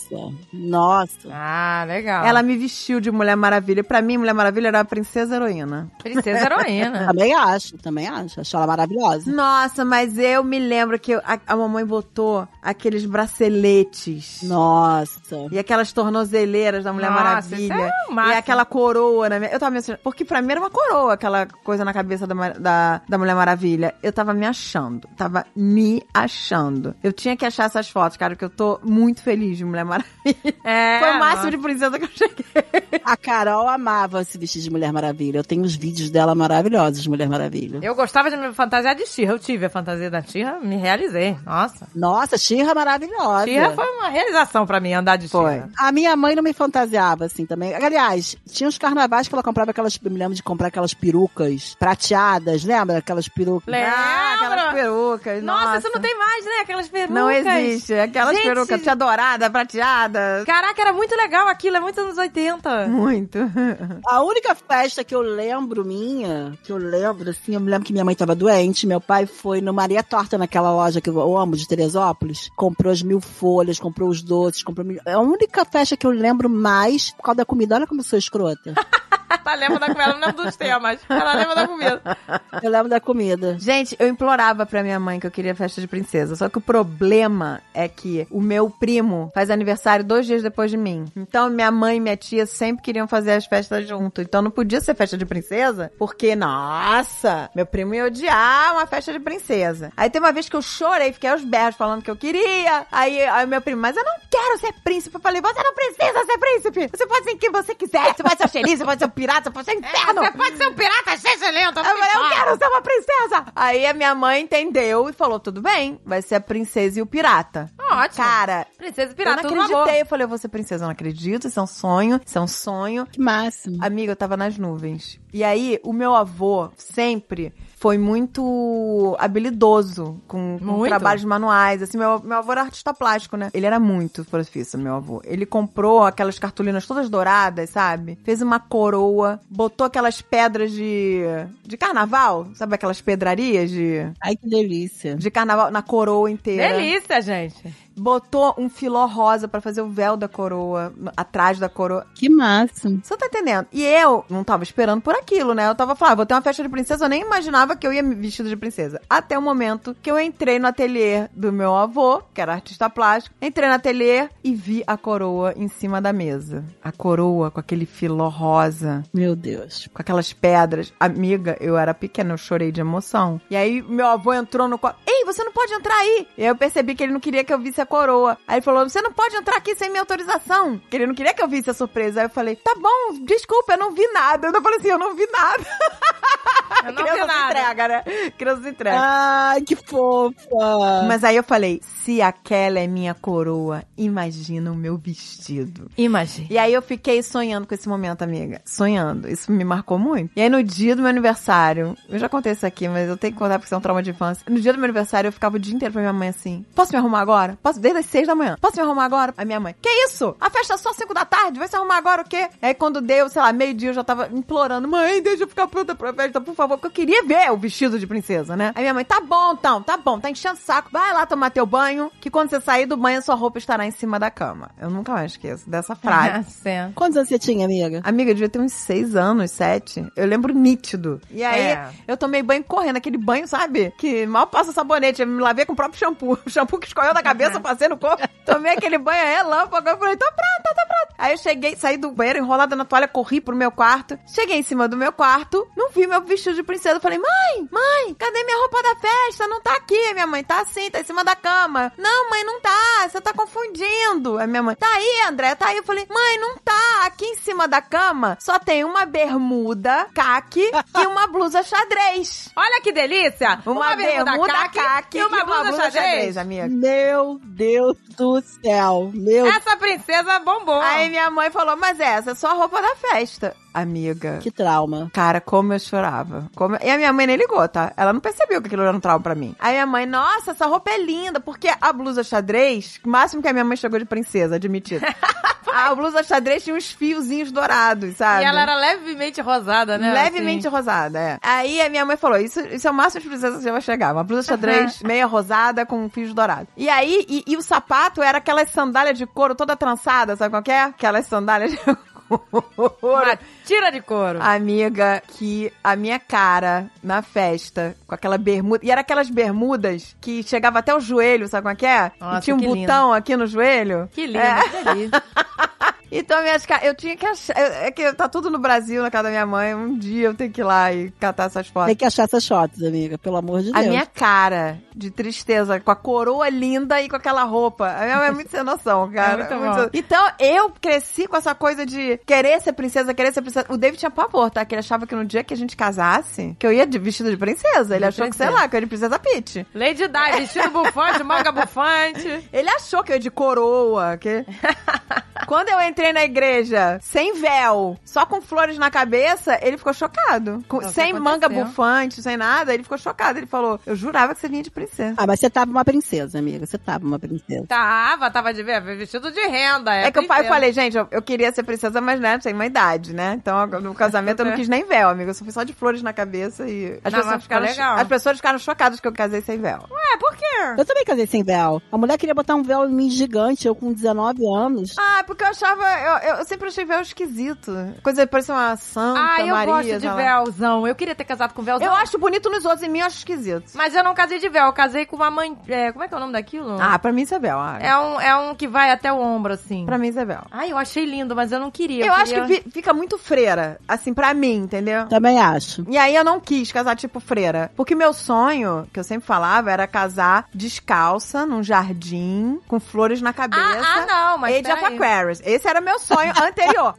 Nossa. Ah, legal. Ela me vestiu de Mulher Maravilha. Pra mim, Mulher Maravilha era a princesa heroína. Princesa heroína. Também acho, também acho. Acho ela maravilhosa. Nossa, mas eu me lembro que a, a mamãe botou aqueles braceletes. Nossa. E aquelas tornozeleiras da Mulher Nossa, Maravilha. isso é o máximo. E aquela coroa na minha... Eu tava me achando... Porque pra mim era uma coroa aquela coisa na cabeça da, ma- da, da Mulher Maravilha. Eu tava me achando. Tava me achando. Eu tinha que achar essas fotos, cara, porque eu tô muito feliz de Mulher Maravilha. É, Foi o máximo nossa. de princesa que eu cheguei. A Carol amava se vestir de Mulher Maravilha. Eu tenho os vídeos dela maravilhosos de Mulher Maravilha. Eu gostava de me fantasiar de Xirra. Eu tive a fantasia da Xirra, me realizei. Nossa. Nossa, Xirra maravilhosa. Xirra foi uma realização pra mim, andar de Xirra. A minha mãe não me fantasiava assim também. Aliás, tinha uns carnavais que ela comprava aquelas. Eu me lembro de comprar aquelas perucas prateadas, lembra? Aquelas perucas. Lembro. Ah, aquelas perucas. Nossa, isso não tem mais, né? Aquelas perucas. Não existe. Aquelas Gente. perucas tinha dourada, prateada. Caraca, era muito legal aquilo, é muito anos 80. Muito. A única festa que eu lembro minha, que eu lembro, assim, eu me lembro que minha mãe tava doente, meu pai foi no Maria Torta, naquela loja que eu amo, de Teresópolis, comprou as mil folhas, comprou os doces, comprou... mil- É a única festa que eu lembro mais por causa da comida. Olha como eu sou escrota. Ela Tá, lembra da comida, ela não lembra dos temas. Ela lembra da comida. Eu lembro da comida. Gente, eu implorava pra minha mãe que eu queria festa de princesa. Só que o problema é que o meu primo faz aniversário dois dias depois de mim. Então, minha mãe e minha tia sempre queriam fazer as festas junto. Então, não podia ser festa de princesa, porque, nossa, meu primo ia odiar uma festa de princesa. Aí, tem uma vez que eu chorei, fiquei aos berros falando que eu queria. Aí, aí meu primo, mas eu não quero ser príncipe. Eu falei, você é não precisa ser príncipe. Você pode ser quem você quiser. Você pode ser o xerife, você pode ser o pirata, você pode ser o inferno. Você pode ser um pirata, seja lento. Eu falei, eu quero ser uma princesa! Aí a minha mãe entendeu e falou: tudo bem, vai ser a princesa e o pirata. Ótimo. Cara, Princesa e eu pirata, não tudo no amor. acreditei. Eu falei, eu vou ser princesa, eu não acredito, isso é um sonho, isso é um sonho. Que máximo. Amiga, eu tava nas nuvens. E aí, o meu avô sempre foi muito habilidoso com, com Muito? trabalhos manuais. Assim, meu, meu avô era artista plástico, né? Ele era muito profissa, meu avô. Ele comprou aquelas cartolinas todas douradas, sabe? Fez uma coroa, botou aquelas pedras de. de carnaval, sabe? Aquelas pedrarias de. Ai, que delícia. De carnaval na coroa inteira. Delícia, gente. Botou um filó rosa pra fazer o véu da coroa, no- atrás da coroa. Que máximo. Você tá entendendo? E eu não tava esperando por aquilo, né? Eu tava falando, ah, vou ter uma festa de princesa, eu nem imaginava que eu ia me vestido de princesa. Até o momento que eu entrei no ateliê do meu avô, que era artista plástico, entrei no ateliê e vi a coroa em cima da mesa. A coroa com aquele filó rosa Meu Deus. com aquelas pedras. Amiga, eu era pequena, eu chorei de emoção. E aí meu avô entrou no quarto. Ei, você não pode entrar aí! E aí eu percebi que ele não queria que eu visse a coroa. Aí ele falou: Você não pode entrar aqui sem minha autorização. Que ele não queria que eu visse a surpresa. Aí eu falei: Tá bom, desculpa, eu não vi nada. Eu falei assim: Eu não vi nada. Eu não Criança vi se nada. entrega, né? Criança se entrega. Ai, que Ah. fofa. Mas aí eu falei: Se aquela é minha coroa, imagina o meu vestido. Imagina. E aí eu fiquei sonhando com esse momento, amiga. Sonhando. Isso me marcou muito. E aí no dia do meu aniversário, eu já contei isso aqui, mas eu tenho que contar porque isso é um trauma de infância. No dia do meu aniversário, eu ficava o dia inteiro pra minha mãe assim: posso me arrumar agora? Posso? Desde as seis da manhã. Posso me arrumar agora? A minha mãe: que isso? A festa é só cinco da tarde? Vai se arrumar agora o quê? Aí quando deu, sei lá, meio-dia, eu já tava implorando: mãe, deixa eu ficar pronta pra festa, por favor, porque eu queria ver o vestido de princesa, né? Aí minha mãe: tá bom então, tá bom, tá enchendo o saco. Vai lá tomar teu banho, que quando você sair do banho, a sua roupa estará em cima da cama. Eu nunca mais esqueço dessa frase. Sim. Quantos anos você tinha, amiga? Amiga, eu devia ter uns seis anos, sete. Eu lembro nítido. E aí, É. eu tomei banho correndo, aquele banho, sabe? Que mal passa sabonete. Eu me lavei com o próprio shampoo. O shampoo que escorreu da cabeça, eu passei no corpo. Tomei aquele banho é relâmpago. Eu falei, tô pronta, tô pronta. Aí eu cheguei, saí do banheiro enrolada na toalha, corri pro meu quarto. Cheguei em cima do meu quarto, não vi meu vestido de princesa. Eu Falei, mãe, mãe, cadê minha roupa da festa? Não tá aqui. Minha mãe, tá assim, tá em cima da cama. Não, mãe, não tá. Você tá confundindo. Aí minha mãe, tá aí, André, tá aí. Eu falei, mãe, não tá. Aqui em cima da cama só tem uma bermuda, caque e uma blusa xadrez. Olha que delícia! Uma, bermuda, caque, e uma blusa, xadrez. amiga. Ah. Meu Deus do céu. Meu Essa princesa bombou. Aí minha mãe falou, mas essa é só a roupa da festa. Amiga, Que trauma. Cara, como eu chorava. Como- E a minha mãe nem ligou, tá? Ela não percebeu que aquilo era um trauma pra mim. Aí minha mãe, nossa, essa roupa é linda, porque a blusa xadrez, o máximo que a minha mãe chegou de princesa, admitida. a blusa xadrez tinha uns fiozinhos dourados, sabe? E ela era levemente rosada, né? Levemente Assim. rosada, é. Aí a minha mãe falou: isso, isso é o máximo de princesa que você vai chegar. Uma blusa xadrez meia rosada com um fio dourado. E aí, e, e o sapato era aquelas sandálias de couro toda trançada, sabe qual que é? Aquelas sandálias de couro. Uma tira de couro. Amiga, que a minha cara na festa, com aquela bermuda. E era aquelas bermudas que chegava até o joelho, sabe como é que é? Nossa, e tinha um que lindo. botão aqui no joelho. Que lindo. É. que delícia. Então, minhas caras. Eu tinha que achar. eu- É que tá tudo no Brasil, na casa da minha mãe. Um dia eu tenho que ir lá e catar essas fotos. Tem que achar essas fotos, amiga, pelo amor de A Deus. minha cara de tristeza, com a coroa linda e com aquela roupa. A minha mãe é muito sem noção, cara. É muito Muito- bom. Então, eu cresci com essa coisa de querer ser princesa, querer ser princesa. O David tinha pavor, tá? Que ele achava que no dia que a gente casasse, que eu ia de vestido de princesa. Ele De achou que, sei princesa. lá, que eu ia de princesa Peach. Lady Di, vestido bufante, manga bufante. Ele achou que eu ia de coroa, que... Quando eu entrei na igreja, sem véu, só com flores na cabeça, ele ficou chocado. Com- Nossa, sem aconteceu. manga bufante, sem nada, ele ficou chocado. Ele falou, eu jurava que você vinha de princesa. Ah, mas você tava uma princesa, amiga. Você tava uma princesa. Tava, tava de ver, vestido de renda. É, É que eu, fa- eu princesa. falei, gente, eu, eu queria ser princesa, mas né, tem uma idade, né? Então, agora, no casamento eu não quis nem véu, amiga. Eu só fui só de flores na cabeça e as, Não, pessoas, mas ficaram, ficou legal. as pessoas ficaram chocadas que eu casei sem véu. É, por quê? Eu também casei sem véu. A mulher queria botar um véu em mim gigante, eu com 19 anos. Ah, porque eu achava. Eu, eu sempre achei véu esquisito. Coisa parecia uma santa Ah, eu Maria. gosto de sei lá. véuzão. Eu queria ter casado com véuzão. Eu acho bonito nos outros, em mim eu acho esquisito. Mas eu não casei de véu, eu casei com uma mãe. é, como é que é o nome daquilo? Ah, pra mim isso é véu. Ah, É um, é um que vai até o ombro, assim. Pra mim isso é véu. Ai, eu achei lindo, mas eu não queria. Eu, acho que queria- fi- fica muito freira, assim, pra mim, entendeu? Também acho. E aí eu não quis casar tipo freira. Porque meu sonho, que eu sempre falava, era casar descalça, num jardim, com flores na cabeça. Ah, ah, não, mas. Age of peraí. Aquarius. Esse era meu sonho anterior.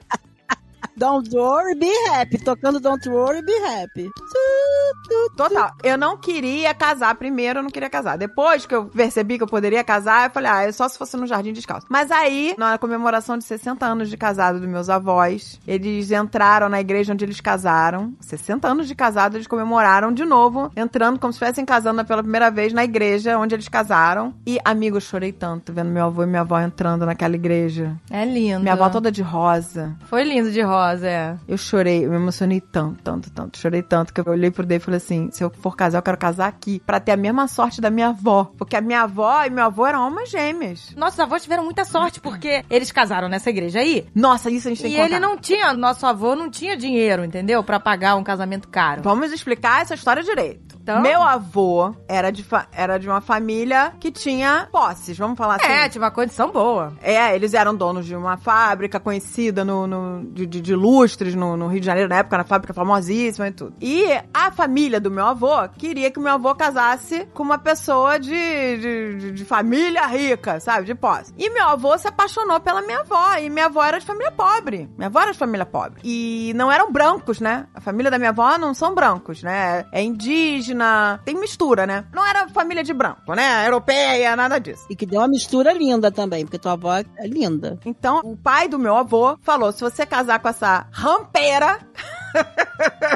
Don't worry, be happy. Tocando Don't worry, be happy. Tu, tu, tu. Total. Eu não queria casar primeiro, eu não queria casar. Depois que eu percebi que eu poderia casar, eu falei, ah, é só se fosse no jardim descalço. Mas aí, na comemoração de 60 anos de casado dos meus avós, eles entraram na igreja onde eles casaram. 60 anos de casado, eles comemoraram de novo, entrando como se estivessem casando pela primeira vez na igreja onde eles casaram. E, amigo, eu chorei tanto vendo meu avô e minha avó entrando naquela igreja. É lindo. Minha avó toda de rosa. Foi lindo de rosa, é. Eu chorei, eu me emocionei tanto, tanto, tanto. Chorei tanto que eu olhei pro Dave e falei assim: se eu for casar, eu quero casar aqui, pra ter a mesma sorte da minha avó. Porque a minha avó e meu avô eram almas gêmeas. Nossos avós tiveram muita sorte, porque eles casaram nessa igreja aí. Nossa, isso a gente tem E que ele contar. não tinha, nosso avô não tinha dinheiro, entendeu? Pra pagar um casamento caro. Vamos explicar essa história direito. Então? Meu avô era de, fa- era de uma família que tinha posses, vamos falar assim. É, tinha uma condição boa. É, eles eram donos de uma fábrica conhecida no, no- de, de- de lustres no, no Rio de Janeiro, na época, era uma fábrica famosíssima e tudo. E a família do meu avô queria que o meu avô casasse com uma pessoa de, de, de- de família rica, sabe? De posse. E meu avô se apaixonou pela minha avó, e minha avó era de família pobre. Minha avó era de família pobre. E não eram brancos, né? A família da minha avó não são brancos, né? É indígena, tem mistura, né? Não era família de branco, né? Europeia, nada disso. E que deu uma mistura linda também, porque tua avó é linda. Então, o pai do meu avô falou: se você casar com essa rampeira,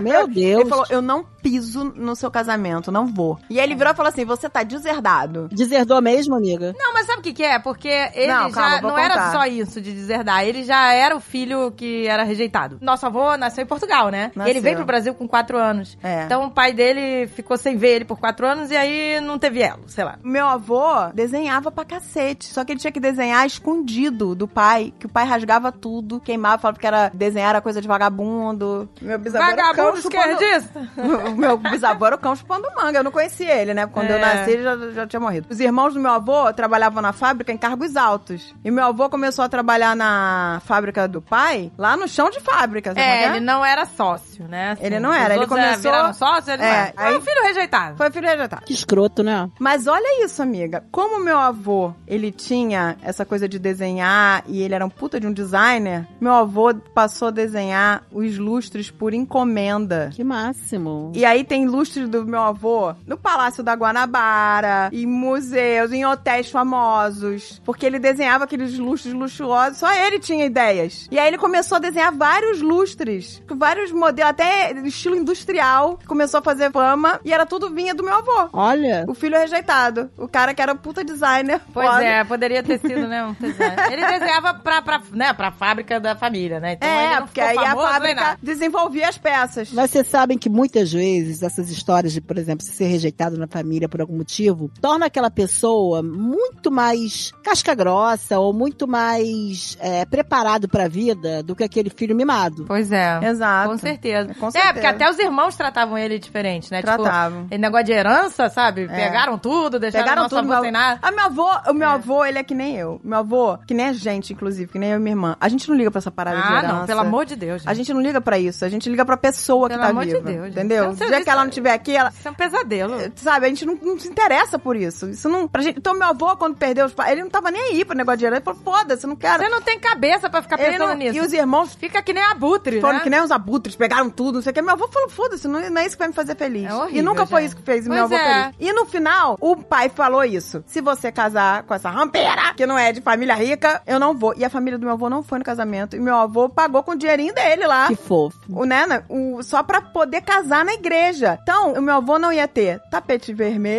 Meu Deus. ele falou: eu não piso no seu casamento, não vou. E aí ele virou e falou assim: você tá deserdado. Deserdou mesmo, amiga? Não, mas sabe o que, que é? Porque ele Não, já calma, vou não era contar. só isso de deserdar, ele já era o filho que era rejeitado. Nosso avô nasceu em Portugal, né? Nasceu. Ele veio pro Brasil com quatro anos. É. Então o pai dele ficou sem ver ele por quatro anos e aí não teve elo, sei lá. Meu avô desenhava pra cacete, só que ele tinha que desenhar escondido do pai, que o pai rasgava tudo, queimava, falava que era desenhar era coisa de vagabundo. Meu bisavô era Vagabundo é cão chupando- esquerdista! O meu bisavô era o cão chupando manga. Eu não conhecia ele, né? Quando eu É. nasci, ele já, já tinha morrido. Os irmãos do meu avô trabalhavam na fábrica em cargos altos. E meu avô começou a trabalhar na fábrica do pai, lá no chão de fábrica. sabe É, como ele não era sócio, né? Assim, Ele não era, os ele outros, é, começou- Viraram sócio, ele É, não era. Era aí- um filho rejeitado. Foi filho rejeitado. Que escroto, né? Mas olha isso, amiga. Como meu avô, ele tinha essa coisa de desenhar e ele era um puta de um designer, meu avô passou a desenhar os lustres por encomenda. Que máximo. E aí tem lustre do meu avô no Palácio da Guanabara, em museus, em hotéis famosos. Porque ele desenhava aqueles lustres luxuosos, só ele tinha ideias. E aí ele começou a desenhar vários lustres, vários modelos, até estilo industrial. Começou a fazer fama e era tudo vinha do meu avô. Olha. O filho rejeitado. O cara que era puta designer. Pois foda. é, poderia ter sido, né? um design. Ele desenhava pra, pra, né, pra fábrica da família, né? Então ele É, não porque ficou aí a famoso nem fábrica nada. desenvolvia as peças. Mas vocês sabem que muitas vezes essas histórias de, por exemplo, ser rejeitado na família por algum motivo, torna aquela pessoa muito mais casca grossa ou muito mais é, preparado pra vida do que aquele filho mimado. Pois é. Exato. Com certeza. Com É, certeza. porque até os irmãos tratavam ele diferente, né? Tratavam. É. Tipo, aquele negócio de herança, sabe? Pegaram tudo, deixaram Pegaram o nosso tudo, avô meu- sem nada. Ah, meu avô, o meu avô, ele é que nem eu. Meu avô, que nem a gente, inclusive, que nem eu e minha irmã. A gente não liga pra essa parada de Ah, herança. não, pelo amor de Deus. A gente não liga pra isso, a gente liga pra pessoa Pelo que tá amor de viva. Deus, gente. um entendeu? Eu não sei Se dia disso. que ela não estiver aqui, ela Isso é um pesadelo. sabe, a gente não, não se interessa por isso. Isso não, pra gente, então meu avô quando perdeu os pais, ele não tava nem aí pro negócio de herança, ele falou: "Foda-se, eu não quero". Você não tem cabeça pra ficar Ele pensando não- nisso. E os irmãos Fica que nem abutre, foram né? que nem uns abutres, pegaram tudo, não sei o que. Meu avô falou, foda-se, não, não é isso que vai me fazer feliz. É horrível, e nunca foi gente. isso que fez meu Pois avô é. feliz. E no final, o pai falou isso. Se você casar com essa rampeira, que não é de família rica, eu não vou. E a família do meu avô não foi no casamento. E meu avô pagou com o dinheirinho dele lá. Que fofo. O, né, na- o, só pra poder casar na igreja. Então, o meu avô não ia ter tapete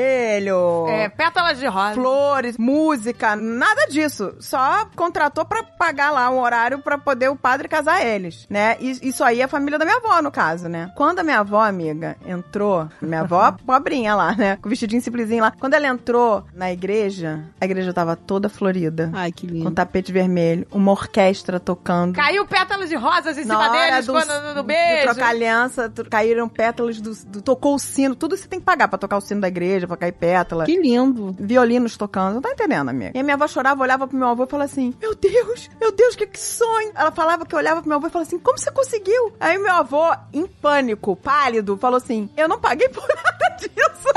vermelho. É, pétalas de rosa. Flores, música, nada disso. Só contratou pra pagar lá um horário pra poder o padre casar eles, né? E isso aí é a família da minha avó, no caso, né? Quando a minha avó, amiga, entrou, minha avó pobrinha lá, né? Com vestidinho simplesinho lá. Quando ela entrou na igreja, a igreja tava toda florida, Ai, que com lindo. tapete vermelho, uma orquestra tocando. Caiu pétalas de rosas em cima deles quando, no, no de beijo. trocar aliança, tro- caíram pétalas do, do- Tocou o sino, tudo você tem que pagar pra tocar o sino da igreja, pra cair pétala Que lindo. violinos tocando. Não tá entendendo, amiga? E a minha avó chorava, olhava pro meu avô e falava assim: Meu Deus, meu Deus, que, que sonho! Ela falava que eu olhava pro meu avô e falava assim: Como você conseguiu? Aí meu avô, em pânico, pálido, falou assim: Eu não paguei por nada disso.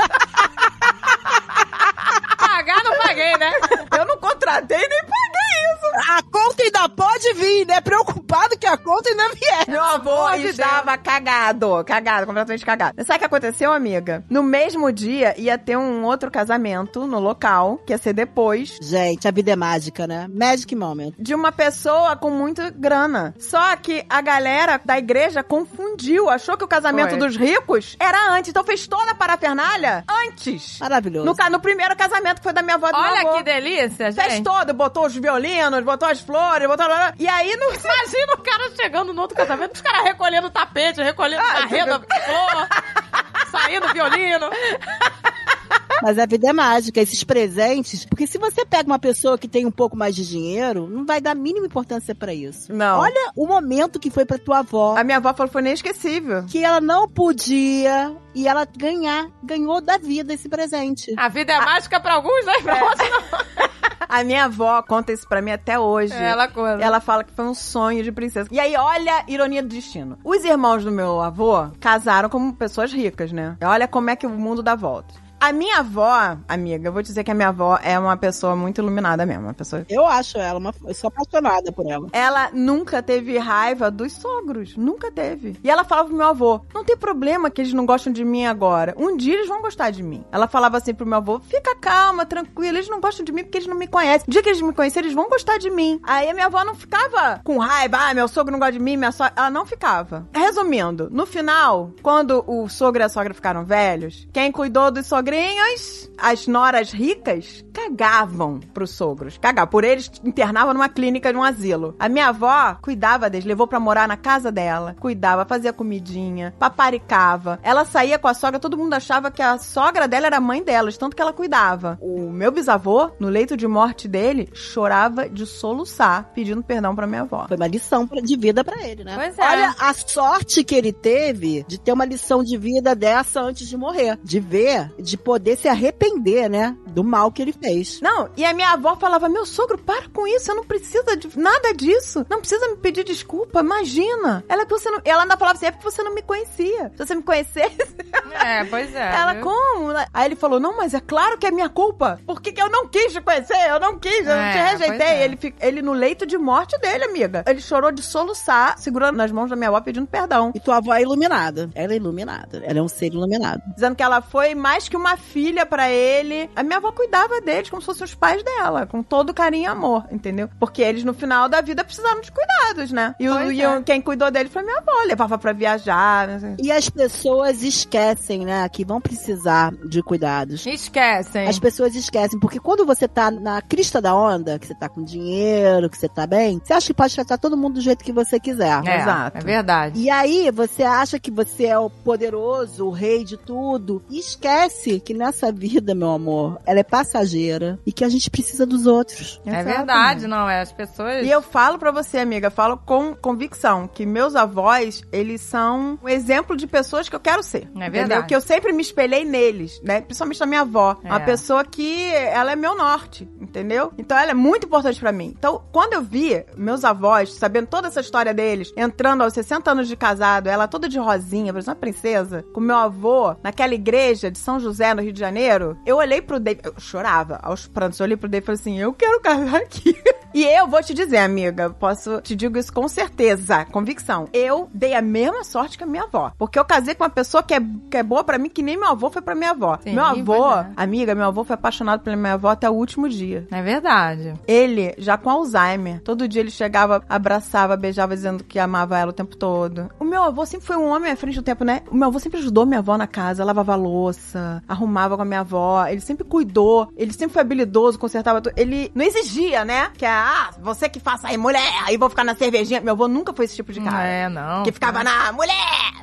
Pagar não paguei, né? Eu não contratei nem paguei isso. A conta ainda pode vir, né? Preocupado que a conta ainda vier. Meu avô amor de estava cagado, cagado, completamente cagado. Sabe o que aconteceu, amiga? No mesmo dia ia ter um outro casamento no local, que ia ser depois. Gente, a vida é mágica, né? Magic moment. de uma pessoa com muita grana. Só que a galera da igreja confundiu, achou que o casamento Foi. dos ricos era antes, então fez toda a parafernália antes. Maravilhoso. No, ca- no primeiro casamento que foi da minha avó e do meu Olha avô. que delícia, gente. Fez todo, botou os violinos, botou as flores, botou... E aí no... Imagina o cara chegando no outro casamento, os caras recolhendo tapete, recolhendo Ah, barreta, flor, saindo violino. Mas a vida é mágica, esses presentes. Porque se você pega uma pessoa que tem um pouco mais de dinheiro, não vai dar a mínima importância pra isso. Não. Olha o momento que foi pra tua avó. A minha avó falou que foi inesquecível. Que ela não podia e ela ganhar, ganhou da vida esse presente. A vida é mágica pra alguns, né? É. Pra outros não. A minha avó conta isso pra mim até hoje. É, ela conta. Ela fala que foi um sonho de princesa. E aí, olha a ironia do destino. Os irmãos do meu avô casaram como pessoas ricas, né? Olha como é que o mundo dá volta. A minha avó, amiga, eu vou dizer que a minha avó é uma pessoa muito iluminada mesmo, uma pessoa... Eu acho ela, uma, eu sou apaixonada por ela. Ela nunca teve raiva dos sogros, nunca teve. E ela falava pro meu avô, não tem problema que eles não gostam de mim agora, um dia eles vão gostar de mim. Ela falava assim pro meu avô, fica calma, tranquila, eles não gostam de mim porque eles não me conhecem. O dia que eles me conhecerem, eles vão gostar de mim. Aí a minha avó não ficava com raiva, ah, meu sogro não gosta de mim, minha sogra... Ela não ficava. Resumindo, no final, quando o sogro e a sogra ficaram velhos, quem cuidou dos sogrinhos, as noras ricas, cagavam pros sogros. Cagavam. Por eles, internavam numa clínica de um asilo. A minha avó cuidava deles, levou pra morar na casa dela, cuidava, fazia comidinha, paparicava. Ela saía com a sogra, todo mundo achava que a sogra dela era a mãe delas, tanto que ela cuidava. O meu bisavô, no leito de morte dele, chorava de soluçar, pedindo perdão pra minha avó. Foi uma lição pra- de vida pra ele, né? Pois é. Olha a sorte que ele teve de ter uma lição de vida dessa antes de morrer. De ver, de poder se arrepender, né? do mal que ele fez. Não, e a minha avó falava: Meu sogro, para com isso, eu não precisa de nada disso. Não precisa me pedir desculpa, imagina. Ela que você não. Ela ainda falava assim: É porque você não me conhecia. Se você me conhecesse, É, pois é. ela viu? como? Aí ele falou: Não, mas é claro que é minha culpa. Por que, que eu não quis te conhecer? Eu não quis, eu É, não te rejeitei. pois é. Ele, fi- ele no leito de morte dele, amiga. Ele chorou de soluçar, segurando nas mãos da minha avó, pedindo perdão. E tua avó é iluminada. Ela é iluminada. Ela é um ser iluminado. Dizendo que ela foi mais que uma filha pra ele. A minha avó cuidava deles como se fossem os pais dela, com todo carinho e amor, entendeu? Porque eles no final da vida precisaram de cuidados, né? E, o- Pois e é. o- quem cuidou dele foi minha avó, levava pra viajar, né? não sei. E as pessoas esquecem, né, que vão precisar de cuidados. Esquecem. É, As pessoas esquecem, porque quando você tá na crista da onda, que você tá com dinheiro, que você tá bem, você acha que pode tratar todo mundo do jeito que você quiser. É, Exato. É verdade. E aí você acha que você é o poderoso, o rei de tudo. E esquece que nessa vida, meu amor, ela é passageira e que a gente precisa dos outros. É Exato, verdade, não é? As pessoas. E eu falo pra você, amiga, falo com convicção que meus avós, eles são um exemplo de pessoas que eu quero ser. É entendeu? verdade. Que eu sempre me espelhei neles, né? Principalmente na minha avó. É. Uma pessoa que ela é meu norte, entendeu? Então ela é muito importante pra mim. Então, quando eu vi meus avós, sabendo toda essa história deles, entrando aos 60 anos de casado, ela toda de rosinha, parecendo uma princesa, com meu avô, naquela igreja de São José, no Rio de Janeiro, eu olhei pro Dave, eu chorava aos prantos, eu olhei pro Dave e falei assim, eu quero casar aqui. E eu vou te dizer, amiga, posso te digo isso com certeza, convicção. Eu dei a mesma sorte que a minha avó. Porque eu casei com uma pessoa que é, que é boa pra mim, que nem meu avô foi pra minha avó. Sim, meu avô, pois é. amiga, meu avô foi apaixonado pela minha avó até o último dia. É verdade. Ele, já com Alzheimer, todo dia ele chegava, abraçava, beijava, dizendo que amava ela o tempo todo. O meu avô sempre foi um homem à frente do tempo, né? O meu avô sempre ajudou minha avó na casa, lavava a louça, arrumava com a minha avó, ele sempre cuidou, ele sempre foi habilidoso, consertava tudo. Ele não exigia, né? Que é, ah, você que faça aí, mulher, aí vou ficar na cervejinha. Meu avô nunca foi esse tipo de cara. É, não. Que ficava na mulher,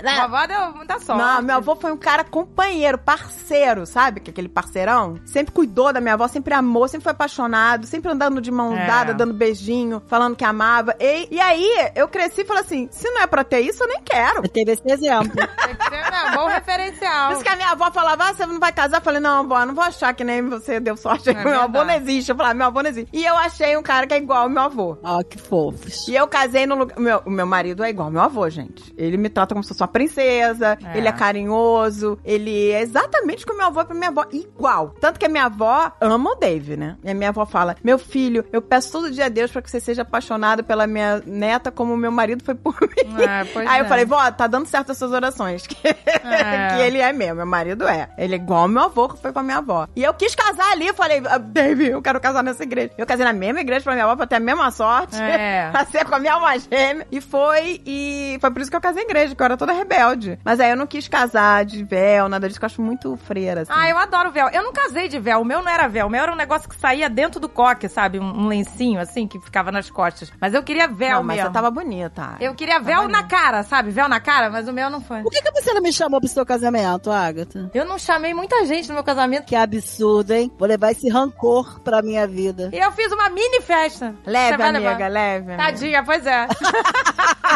né? Minha avó deu muita sorte. Não, meu avô foi um cara companheiro, parceiro, sabe? Que aquele parceirão sempre cuidou da minha avó, sempre amou, sempre foi apaixonado, sempre andando de mão É. dada, dando beijinho, falando que amava. E, e aí eu cresci e falei assim: se não é pra ter isso, eu nem quero. Eu teve esse exemplo. Tem que ser, né, bom referencial. Por isso que a minha avó falava, ah, você não vai casar? Eu falei, não, avó, não vou achar que nem você deu sorte. É meu avô não verdade. existe. Eu falei, meu avô não existe. E eu achei um cara que é igual ao meu avô. Ó, que fofos. E eu casei no lugar. Meu, o meu marido é igual ao meu avô, gente. Ele me trata como se fosse uma princesa, É. ele é carinhoso, ele é exatamente como meu avô é pra minha avó, igual. Tanto que a minha avó ama o Dave, né? E a minha avó fala: Meu filho, eu peço todo dia a Deus pra que você seja apaixonado pela minha neta, como meu marido foi por mim. É, pois Aí é. eu falei, vó, tá dando certo as suas orações. Que, É. que ele é mesmo, meu marido é. Ele é igual ao meu avô que foi com a minha avó. E eu quis casar ali, eu falei, "Ah, Dave, eu quero casar nessa igreja. Eu casei na mesma igreja pra minha avó, pra ter a mesma sorte. É. Pra ser com a minha alma gêmea. E foi, e foi por isso que eu casei em igreja, que eu era toda rebelde. Mas aí eu não quis casar de véu, nada disso, que eu acho muito freira, assim. Ah, eu adoro véu. Eu não casei de véu. O meu não era véu. O meu era um negócio que saía dentro do coque, sabe? Um, um lencinho, assim, que ficava nas costas. Mas eu queria véu não, mas mesmo. você tava bonita. Eu queria véu na cara, sabe? Véu na cara, mas o meu não foi. Por que, que você não me chamou pro seu casamento, Agatha? Eu não chamei muita gente no meu casamento. Que absurdo, hein? Vou levar esse rancor pra minha vida. E eu fiz uma mini festa. Você Leve, vai amiga, levar? leve, amiga. Tadinha, pois é.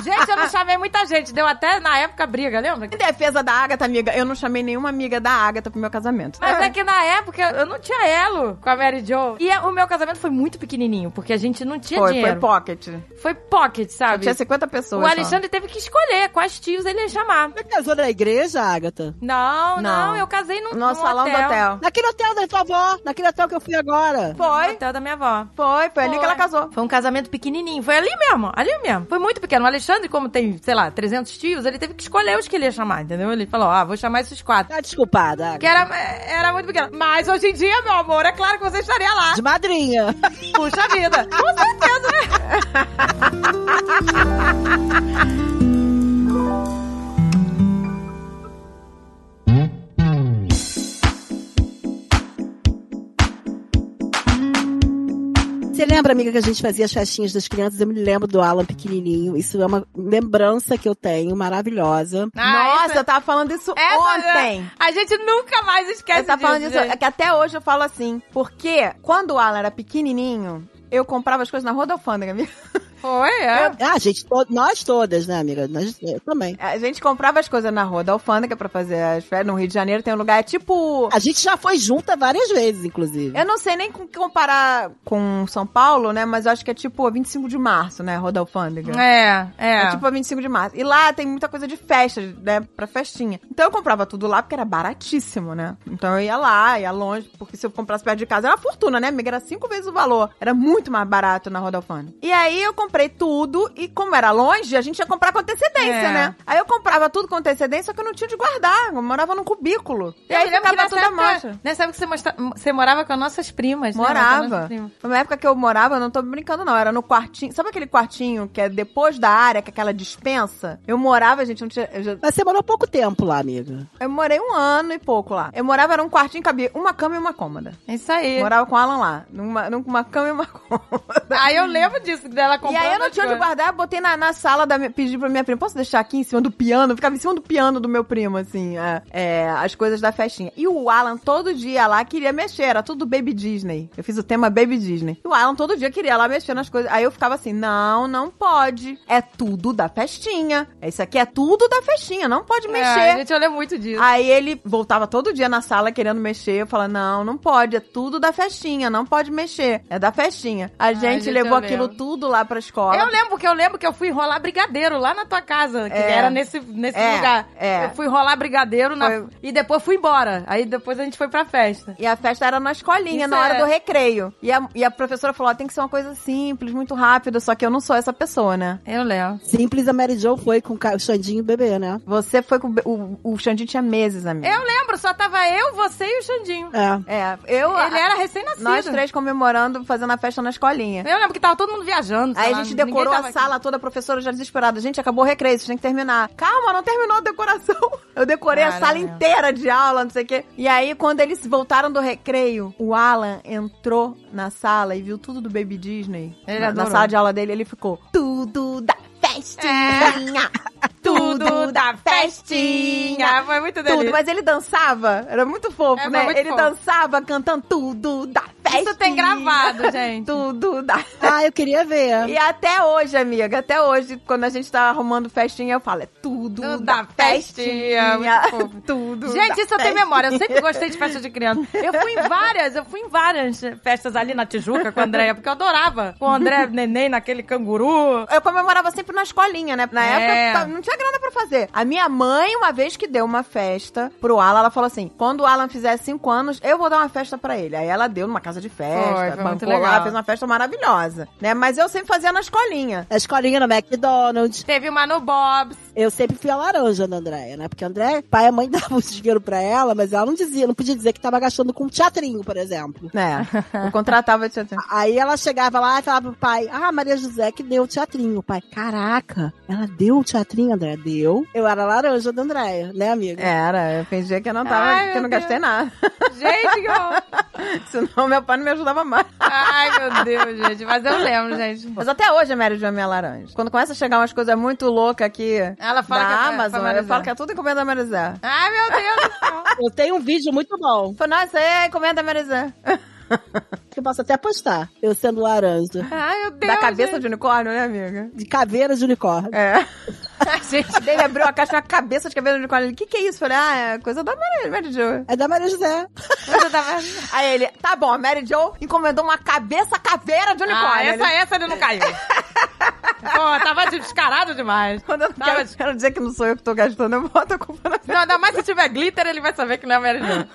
gente, eu não chamei muita gente. Deu até, na época, briga, lembra? Em defesa da Agatha, amiga, eu não chamei nenhuma amiga da Agatha pro meu casamento. Mas é que na época eu não tinha elo com a Mary Jo. E é, o meu casamento foi muito pequenininho, porque a gente não tinha foi, dinheiro. foi pocket. Foi pocket, Só sabe? tinha 50 pessoas. O só. Alexandre teve que escolher quais tios ele ia chamar. Você casou na igreja, Agatha? Não, não, Não. eu casei num, No num salão do hotel. Naquele hotel da tua avó, naquele hotel que eu fui agora. Foi? Foi, No hotel da minha avó. foi, foi ali que ela casou. Foi um casamento pequenininho, foi ali mesmo, ali mesmo. Foi muito pequeno. O Alexandre, como tem, sei lá, 300 tios, ele teve que escolher os que ele ia chamar, entendeu? Ele falou, ah, vou chamar esses quatro. Tá desculpada, Agatha. Que era, era muito pequeno. Mas hoje em dia, meu amor, é claro que você estaria lá. De madrinha. Puxa vida. Com certeza, né? Você lembra, amiga, que a gente fazia as festinhas das crianças? Eu me lembro do Alan pequenininho. Isso é uma lembrança que eu tenho, maravilhosa. Ah, Nossa, essa- eu tava falando isso essa- ontem. A gente nunca mais esquece Eu tava falando disso, disso, é gente. que até hoje eu falo assim, porque quando o Alan era pequenininho, eu comprava as coisas na Rua da Alfândega, viu? Foi, é. Ah, gente, to- nós todas, né, amiga? Nós, eu também. A gente comprava as coisas na rua da alfândega pra fazer as férias. No Rio de Janeiro tem um lugar, é tipo... A gente já foi junta várias vezes, inclusive. Eu não sei nem com- comparar com São Paulo, né? Mas eu acho que é tipo a 25 de março, né? Roda alfândega. É, é. É tipo a 25 de março. E lá tem muita coisa de festa, né? Pra festinha. Então eu comprava tudo lá porque era baratíssimo, né? Então eu ia lá, ia longe, porque se eu comprasse perto de casa era uma fortuna, né? Amiga, era cinco vezes o valor. Era muito mais barato na Rodalfane. E aí eu comprei tudo e como era longe, a gente ia comprar com antecedência, É. né? Aí eu comprava tudo com antecedência, só que eu não tinha de guardar. Eu morava num cubículo. E Eu aí me lembro que ficava nessa tudo à época, mostra. nessa época que você, mostra- você morava com as nossas primas, né? Com as nossas Morava. primas. Foi uma época que eu morava, eu não tô brincando, não. Era no quartinho. Sabe aquele quartinho que é depois da área, que é aquela dispensa? Eu morava, gente, não tinha. Eu, já- Mas você morou pouco tempo lá, amiga. eu morei um ano e pouco lá. Eu morava num quartinho que cabia uma cama e uma cômoda. É Isso aí. Morava com o Alan lá, numa, numa cama e uma cômoda. Aí eu lembro disso, dela E comprando aí eu não as tinha onde coisas. guardar, eu botei na, na sala da minha, pedi pra minha prima, posso deixar aqui em cima do piano? Eu Ficava em cima do piano do meu primo, assim, é, é, as coisas da festinha. E o Alan todo dia lá queria mexer, era tudo Baby Disney. Eu fiz o tema Baby Disney. E o Alan todo dia queria lá mexer nas coisas. Aí eu ficava assim, não, não pode. É tudo da festinha. Isso aqui é tudo da festinha, não pode É, mexer. gente, eu lembro muito disso. Aí ele voltava todo dia na sala querendo mexer. Eu falava, não, não pode, é tudo da festinha, não pode mexer, é da festinha. A gente gente, levou eu aquilo lembro. tudo lá pra escola. Eu lembro que eu lembro que eu fui rolar brigadeiro lá na tua casa, que É. era nesse, nesse É, lugar. é. Eu fui rolar brigadeiro na- Foi- e depois fui embora. Aí depois a gente foi pra festa. E a festa era na escolinha, Isso na hora é. do recreio. E a, e a professora falou, ó, tem que ser uma coisa simples, muito rápida, só que eu não sou essa pessoa, né? Eu lembro. Simples, a Mary Jo foi com o ca- o Xandinho bebê, né? Você foi com... o be- O, o Xandinho tinha meses, amiga. Eu lembro, só tava eu, você e o Xandinho. É. É, eu... Ele a- era recém-nascido. Nós três comemorando, fazendo a festa na escolinha. Eu lembro que tava todo mundo viajando. sei Aí a lá, gente ninguém decorou tava a aqui. sala toda, a professora já desesperada. Gente, acabou o recreio, vocês têm que terminar. Calma, não terminou a decoração. Eu decorei Caramba. a sala inteira de aula, não sei o quê. E aí, quando eles voltaram do recreio, o Alan entrou na sala e viu tudo do Baby Disney. Ele na, na adorou. sala de aula dele, ele ficou... Tudo da festinha! É. Tudo da festinha. Foi muito Tudo, delícia. mas ele dançava, era muito fofo, É, foi né? muito ele fofo. dançava cantando tudo da festinha. Isso tem gravado, gente. Tudo da Ah, eu queria ver. E até hoje, amiga, até hoje, quando a gente tá arrumando festinha, eu falo, é tudo, Tudo da, da festinha, festinha. muito fofo. tudo. Gente, da isso eu tenho festinha. memória. Eu sempre gostei de festa de criança. Eu fui em várias, eu fui em várias festas ali na Tijuca com a Andréia, porque eu adorava. Com o André Neném naquele canguru. Eu comemorava sempre na escolinha, né? Na É. época tá- não tinha grana pra fazer. A minha mãe, uma vez que deu uma festa pro Alan, ela falou assim: quando o Alan fizer cinco anos, eu vou dar uma festa pra ele. Aí ela deu numa casa de Foi, festa, foi muito bancou lá, legal. fez uma festa maravilhosa, né? Mas eu sempre fazia na escolinha. A escolinha no McDonald's. Teve uma no Bob's. Eu sempre fui a laranja na Andréia, né? Porque a Andréia, pai e mãe davam dinheiro pra ela, mas ela não dizia, não podia dizer que tava gastando com um teatrinho, por exemplo. Né? Eu contratava. Aí ela chegava lá e falava pro pai, ah, Maria José que deu o teatrinho. O pai, caraca, ela deu o teatrinho, Andréia? Deu. Eu era a laranja da Andréia, né, amiga? É. Era, eu fingia que eu não tava, Ai, que eu meu não gastei nada. Gente, que horror. Senão meu pai não me ajudava mais. Ai, meu Deus, gente. Mas eu lembro, gente. Mas até hoje a Mary Jo é minha laranja. Quando começa a chegar umas coisas muito loucas aqui Ela fala da que é pra- pra Amazon, Mary eu Jo. falo que é tudo encomenda da Marizé. Ai, meu Deus do céu. Eu tenho um vídeo muito bom, Falei, nossa, é encomenda da Marizé. que eu posso até postar, eu sendo laranja. Ai, meu Deus. Da cabeça gente. de unicórnio, né, amiga? De caveira de unicórnio. É. Ai, gente. Daí ele abriu a caixa, uma cabeça de cabelo de unicórnio. Ele, o que que é isso? Eu Falei, ah, é coisa da Mary, Mary Jo. É da Maria José. Você tava... Aí ele, tá bom, a Mary Jo encomendou uma cabeça caveira de unicórnio. Ah, essa, Ele- essa ele não caiu. Pô, tava descarado demais. Quando eu Tava quero, quero dizer que não sou eu que tô gastando, eu boto a culpa na Não, ainda mais se tiver glitter, ele vai saber que não é Mary Jo.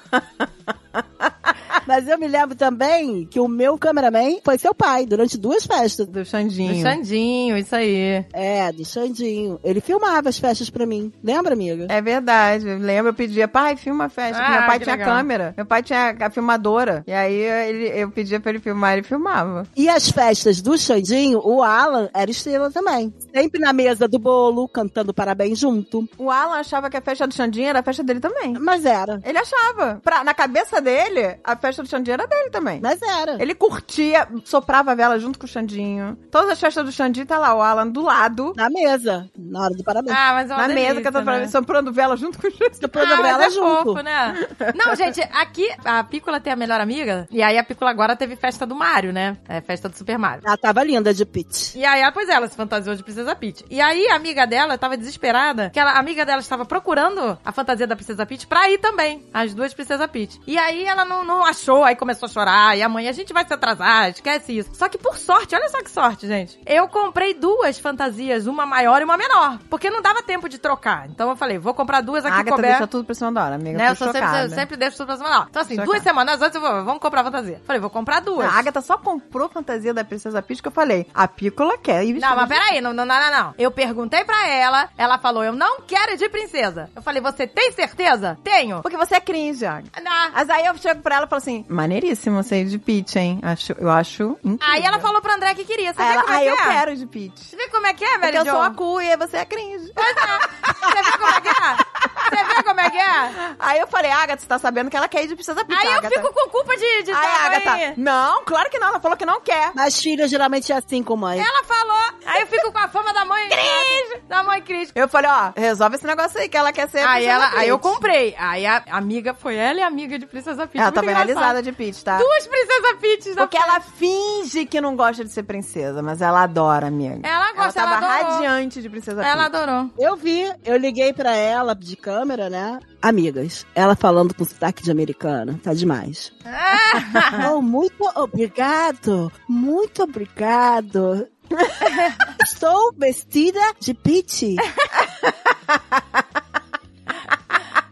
Mas eu me lembro também que o meu cameraman foi seu pai durante duas festas. do Do Xandinho. Xandinho, isso aí. É, do Xandinho. Ele filmava as festas pra mim. Lembra, amiga? É verdade. Lembra, eu pedia, pai, filma a festa. Ah, meu pai que tinha legal. câmera. Meu pai tinha a filmadora. E aí ele, eu pedia pra ele filmar, ele filmava. E as festas do Xandinho, o Alan era estrela também. Sempre na mesa do bolo, cantando parabéns junto. O Alan achava que a festa do Xandinho era a festa dele também. Mas era. Ele achava. Pra- na cabeça dele, a festa festa do Xandinho era dele também. Mas era. Ele curtia, soprava a vela junto com o Xandinho. Todas as festas do Xandinho tá lá o Alan do lado, Na mesa, na hora do parabéns. Ah, mas é uma na mesa, delícia, cantando pra né? mim, soprando vela junto com o Xandinho. Soprando ah, vela mas é junto. fofo, né? Não, gente, aqui a Pícola tem a melhor amiga, e aí a Pícola agora teve festa do Mario, né? É, festa do Super Mario. Ela tava linda de Pete. E aí, ela, pois é, ela se fantasiou de Princesa Peach. E aí, a amiga dela tava desesperada, que ela, a amiga dela estava procurando a fantasia da Princesa Peach pra ir também, as duas Princesa Peach. E aí, ela não, não achou, aí começou a chorar, e a mãe, a gente vai se atrasar, esquece isso. Só que, por sorte, olha só que sorte, gente. Eu comprei duas fantasias, uma maior e uma menor, porque não dava tempo de trocar. Então, eu falei, vou comprar duas A aqui Agatha couber. deixa tudo pra cima da hora, amiga. Né, eu tô sou sempre, chocada. eu sempre deixo tudo pra cima da hora. Então, assim, Chocada. duas semanas antes eu vou, vamos comprar fantasia. Falei, vou comprar duas. A Agatha só comprou fantasia da Princesa Peach que eu falei, a Pícola quer ir Não, vestida mas de- peraí, não, não, não, não, não. Eu perguntei pra ela, ela falou, eu não quero ir de princesa. Eu falei, você tem certeza? Tenho. Porque você é cringe, Agatha. Ah, Mas aí eu chego pra ela e falo assim, maneiríssimo você ir de Peach, hein? Acho, eu acho incrível. Aí ela falou pro André que queria. Você Aí vê ela, como é ah, que eu é? quero ir de Peach. Você vê como é que é, Porque Mary eu sou a John? cu e você é cringe. Pois é. Você vê como é que é? Você vê como é que é? Aí eu falei, Agatha, você tá sabendo que ela quer ir de Princesa Peach, Aí eu Agatha. fico com culpa de... de Aí, dar- tá. Agatha, aí. não, claro que não, ela falou que não quer. Mas filha geralmente é assim com mãe. Ela falou, aí eu fico com a fama da mãe... Cris! Da mãe Cris. Eu falei, ó, resolve esse negócio aí que ela quer ser a Aí, Princesa ela, aí eu Peach. comprei. Aí a amiga foi ela e a amiga de Princesa Peach. Ela Muito tá bem engraçado. realizada de Peach, tá? Duas Princesa Peaches da Porque ela finge que não gosta de ser princesa, mas ela adora, amiga. Ela gosta, ela ela tava adorou. radiante de princesa Ela Peach. adorou. Eu vi, eu liguei pra ela de câmera, né? Amigas, ela falando com sotaque de americana, tá demais. Ah! oh, muito obrigado, muito obrigado. Estou vestida de Peach.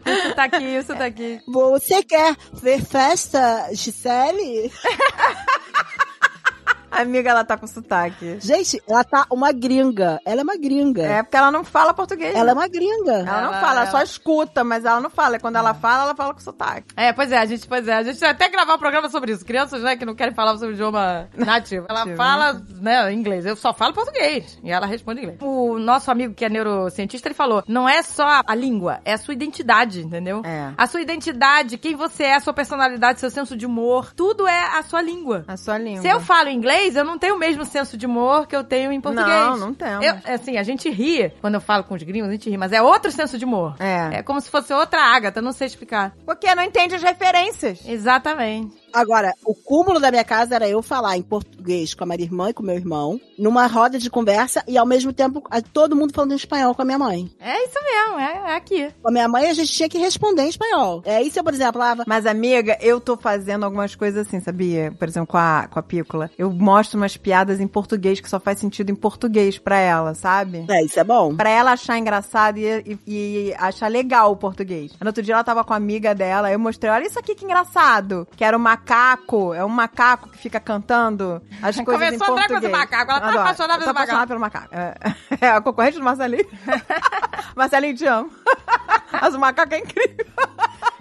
Isso tá aqui, isso tá aqui. Você quer ver festa, Gisele? Amiga, ela tá com sotaque. Gente, ela tá uma gringa. Ela é uma gringa. É porque ela não fala português. Ela é né? uma gringa. Ela não Ela- fala, ela só ela- escuta, mas ela não fala. E Quando ela fala, ela fala com sotaque. É, pois é, a gente, pois é, a gente vai até gravar um programa sobre isso. Crianças, né, que não querem falar sobre o idioma nativo. Ela Nativo, fala, né, inglês. Eu só falo português. E ela responde inglês. O nosso amigo que é neurocientista, ele falou: não é só a língua, é a sua identidade, entendeu? É. A sua identidade, quem você é, a sua personalidade, seu senso de humor, tudo é a sua língua. A sua língua. Se eu falo inglês, eu não tenho o mesmo senso de humor que eu tenho em português. Não, não temos. Eu, assim, a gente ri quando eu falo com os gringos, a gente ri, mas é outro senso de humor. É. É como se fosse outra Ágata, não sei explicar. Porque não entende as referências. Exatamente. Agora, o cúmulo da minha casa era eu falar em português com a minha irmã e com meu irmão, numa roda de conversa, e ao mesmo tempo a- todo mundo falando em espanhol com a minha mãe. É isso mesmo, é, é aqui. Com a minha mãe a gente tinha que responder em espanhol. É isso, eu, por exemplo, falava. Mas, amiga, eu tô fazendo algumas coisas assim, sabia? Por exemplo, com a, com a Pícola. Eu mostro umas piadas em português que só faz sentido em português pra ela, sabe? É, isso é bom. Pra ela achar engraçado e, e- e achar legal o português. No outro dia ela tava com a amiga dela, aí eu mostrei, olha isso aqui que engraçado. Que era o macaco, é um macaco que fica cantando as coisas em Começou a português. entrar com esse macaco, ela tá Adoro. apaixonada Eu tô pelo macaco. apaixonada pelo macaco. É, é a concorrente do Marcelinho. Marcelinho, te amo. Mas o macaco é incrível.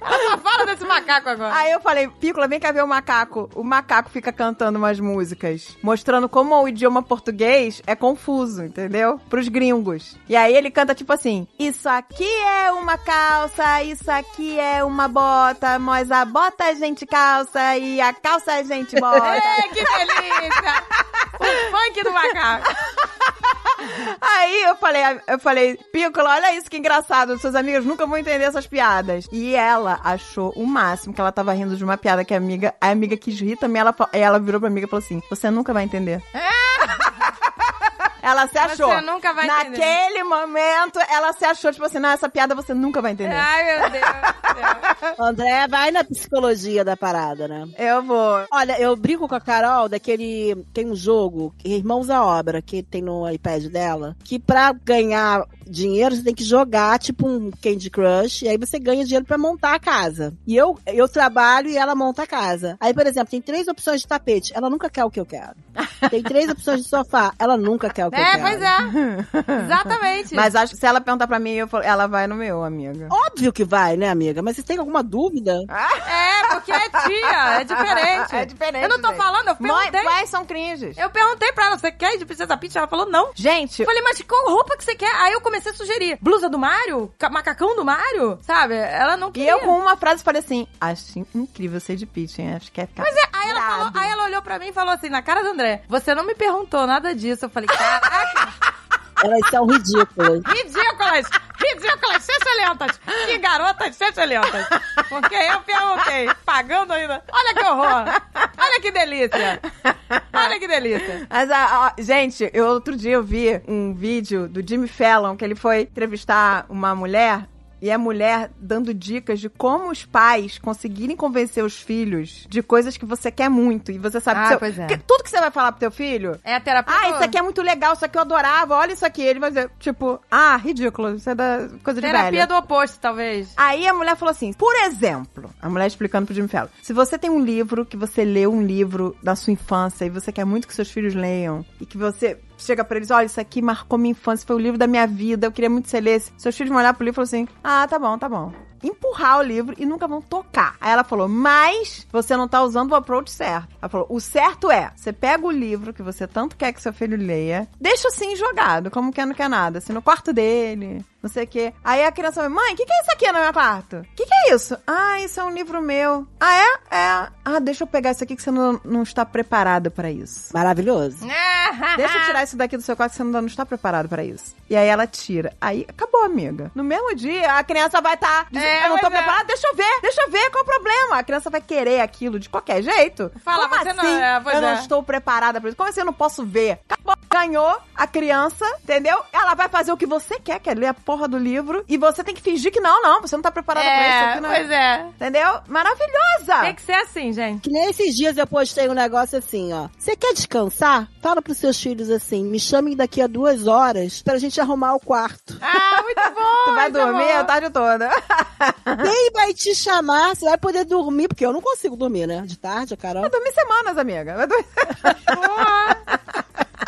Só fala desse macaco agora. Aí eu falei, Pícola, vem cá ver o macaco. O macaco fica cantando umas músicas, mostrando como o idioma português é confuso, entendeu? Pros gringos. E aí ele canta tipo assim: Isso aqui é uma calça, isso aqui é uma bota, mas a bota a gente calça e a calça a gente bota. É, que delícia! o funk do macaco. aí eu falei, eu falei, Pícola, olha isso que engraçado, seus amigos nunca vão entender essas piadas. E ela achou o máximo que ela tava rindo de uma piada que a amiga, a amiga quis rir também, ela, fa- ela virou pra amiga e falou assim: "Você nunca vai entender". Ela se achou. É. Você nunca vai Naquele entender. momento, ela se achou, tipo assim, não, essa piada você nunca vai entender. Ai, meu Deus do céu. André, vai na psicologia da parada, né? É. Eu vou. Olha, eu brinco com a Carol daquele. Tem um jogo, Irmãos à Obra, que tem no iPad dela, que pra ganhar dinheiro você tem que jogar, tipo um Candy Crush, e aí você ganha dinheiro pra montar a casa. E eu, eu trabalho e ela monta a casa. Aí, por exemplo, tem três opções de tapete, ela nunca quer o que eu quero. Tem três opções de sofá, ela nunca quer o que eu É, quero. pois é. Exatamente. Mas acho que se ela perguntar pra mim, eu falo, ela vai no meu, amiga. Óbvio que vai, né, amiga? Mas você tem alguma dúvida? É, porque é tia, é diferente. É diferente, Eu não tô gente. falando, eu Mãe, perguntei. pais são cringes. Eu perguntei pra ela, você quer ir de Princesa Peach? Ela falou, não. Gente, Eu falei, mas qual roupa que você quer? Aí eu comecei a sugerir. Blusa do Mario? Ca- Macacão do Mario? Sabe? Ela não e queria. eu com uma frase falei assim, acho incrível ser de Peach, hein? Acho que é ficar... Mas é, Aí ela, falou, aí ela olhou pra mim e falou assim, na cara do André, você não me perguntou nada disso. Eu falei, caraca, Elas são ridículas. ridículas, ridículas, excelentes. Que garotas excelentes. Porque eu perguntei, pagando ainda. Olha que horror, olha que delícia, olha que delícia. Mas, a, a- gente, eu, outro dia eu vi um vídeo do Jimmy Fallon que ele foi entrevistar uma mulher. E a mulher dando dicas de como os pais conseguirem convencer os filhos de coisas que você quer muito. E você sabe Ah, que, seu- pois é. que tudo que você vai falar pro teu filho. É a terapia. Ah, do- isso aqui é muito legal, isso aqui eu adorava, olha isso aqui. Ele vai dizer, tipo, ah, ridículo, isso é da coisa de velha. Terapia do oposto, talvez. Aí a mulher falou assim: por exemplo, a mulher explicando pro Jimmy Fallon, se você tem um livro que você leu um livro da sua infância e você quer muito que seus filhos leiam e que você chega pra eles, olha, isso aqui marcou minha infância, foi o livro da minha vida, eu queria muito que você lesse. Seus filhos vão olhar pro livro e falam assim: ah, tá bom, tá bom. Empurrar o livro e nunca vão tocar. Aí ela falou, mas você não tá usando o approach certo. Ela falou, o certo é, você pega o livro que você tanto quer que seu filho leia, deixa assim jogado, como quer não quer nada, assim, no quarto dele, não sei o quê. Aí a criança vai, mãe, o que, que é isso aqui no meu quarto? O que, que é isso? Ah, isso é um livro meu. Ah, é? É. Ah, deixa eu pegar isso aqui que você não, não está preparada pra isso. Maravilhoso. É, Deixa eu tirar isso daqui do seu quarto, você ainda não está preparado pra isso. E aí ela tira. Aí acabou, amiga. No mesmo dia, a criança vai estar. É, eu não tô pois é. preparada, deixa eu ver, deixa eu ver qual o problema. A criança vai querer aquilo de qualquer jeito. Fala, Como você assim? não- é, pois eu não é. estou preparada pra isso. Como assim eu não posso ver? Acabou. Ganhou a criança, entendeu? Ela vai fazer o que você quer, que é ler a porra do livro. E você tem que fingir que não, não. Você não tá preparada pra isso. É, aqui Ah. não pois é. Entendeu? Maravilhosa! Tem que ser assim, gente. Que nem esses dias eu postei um negócio assim, ó. Você quer descansar? Fala pros seus filhos assim, me chamem daqui a duas horas pra gente arrumar o quarto. Ah, muito bom! Tu vai muito dormir bom. a tarde toda. Quem vai te chamar? Você vai poder dormir, porque eu não consigo dormir, né? De tarde, a Carol. Vai dormir semanas, amiga. Vai dormir...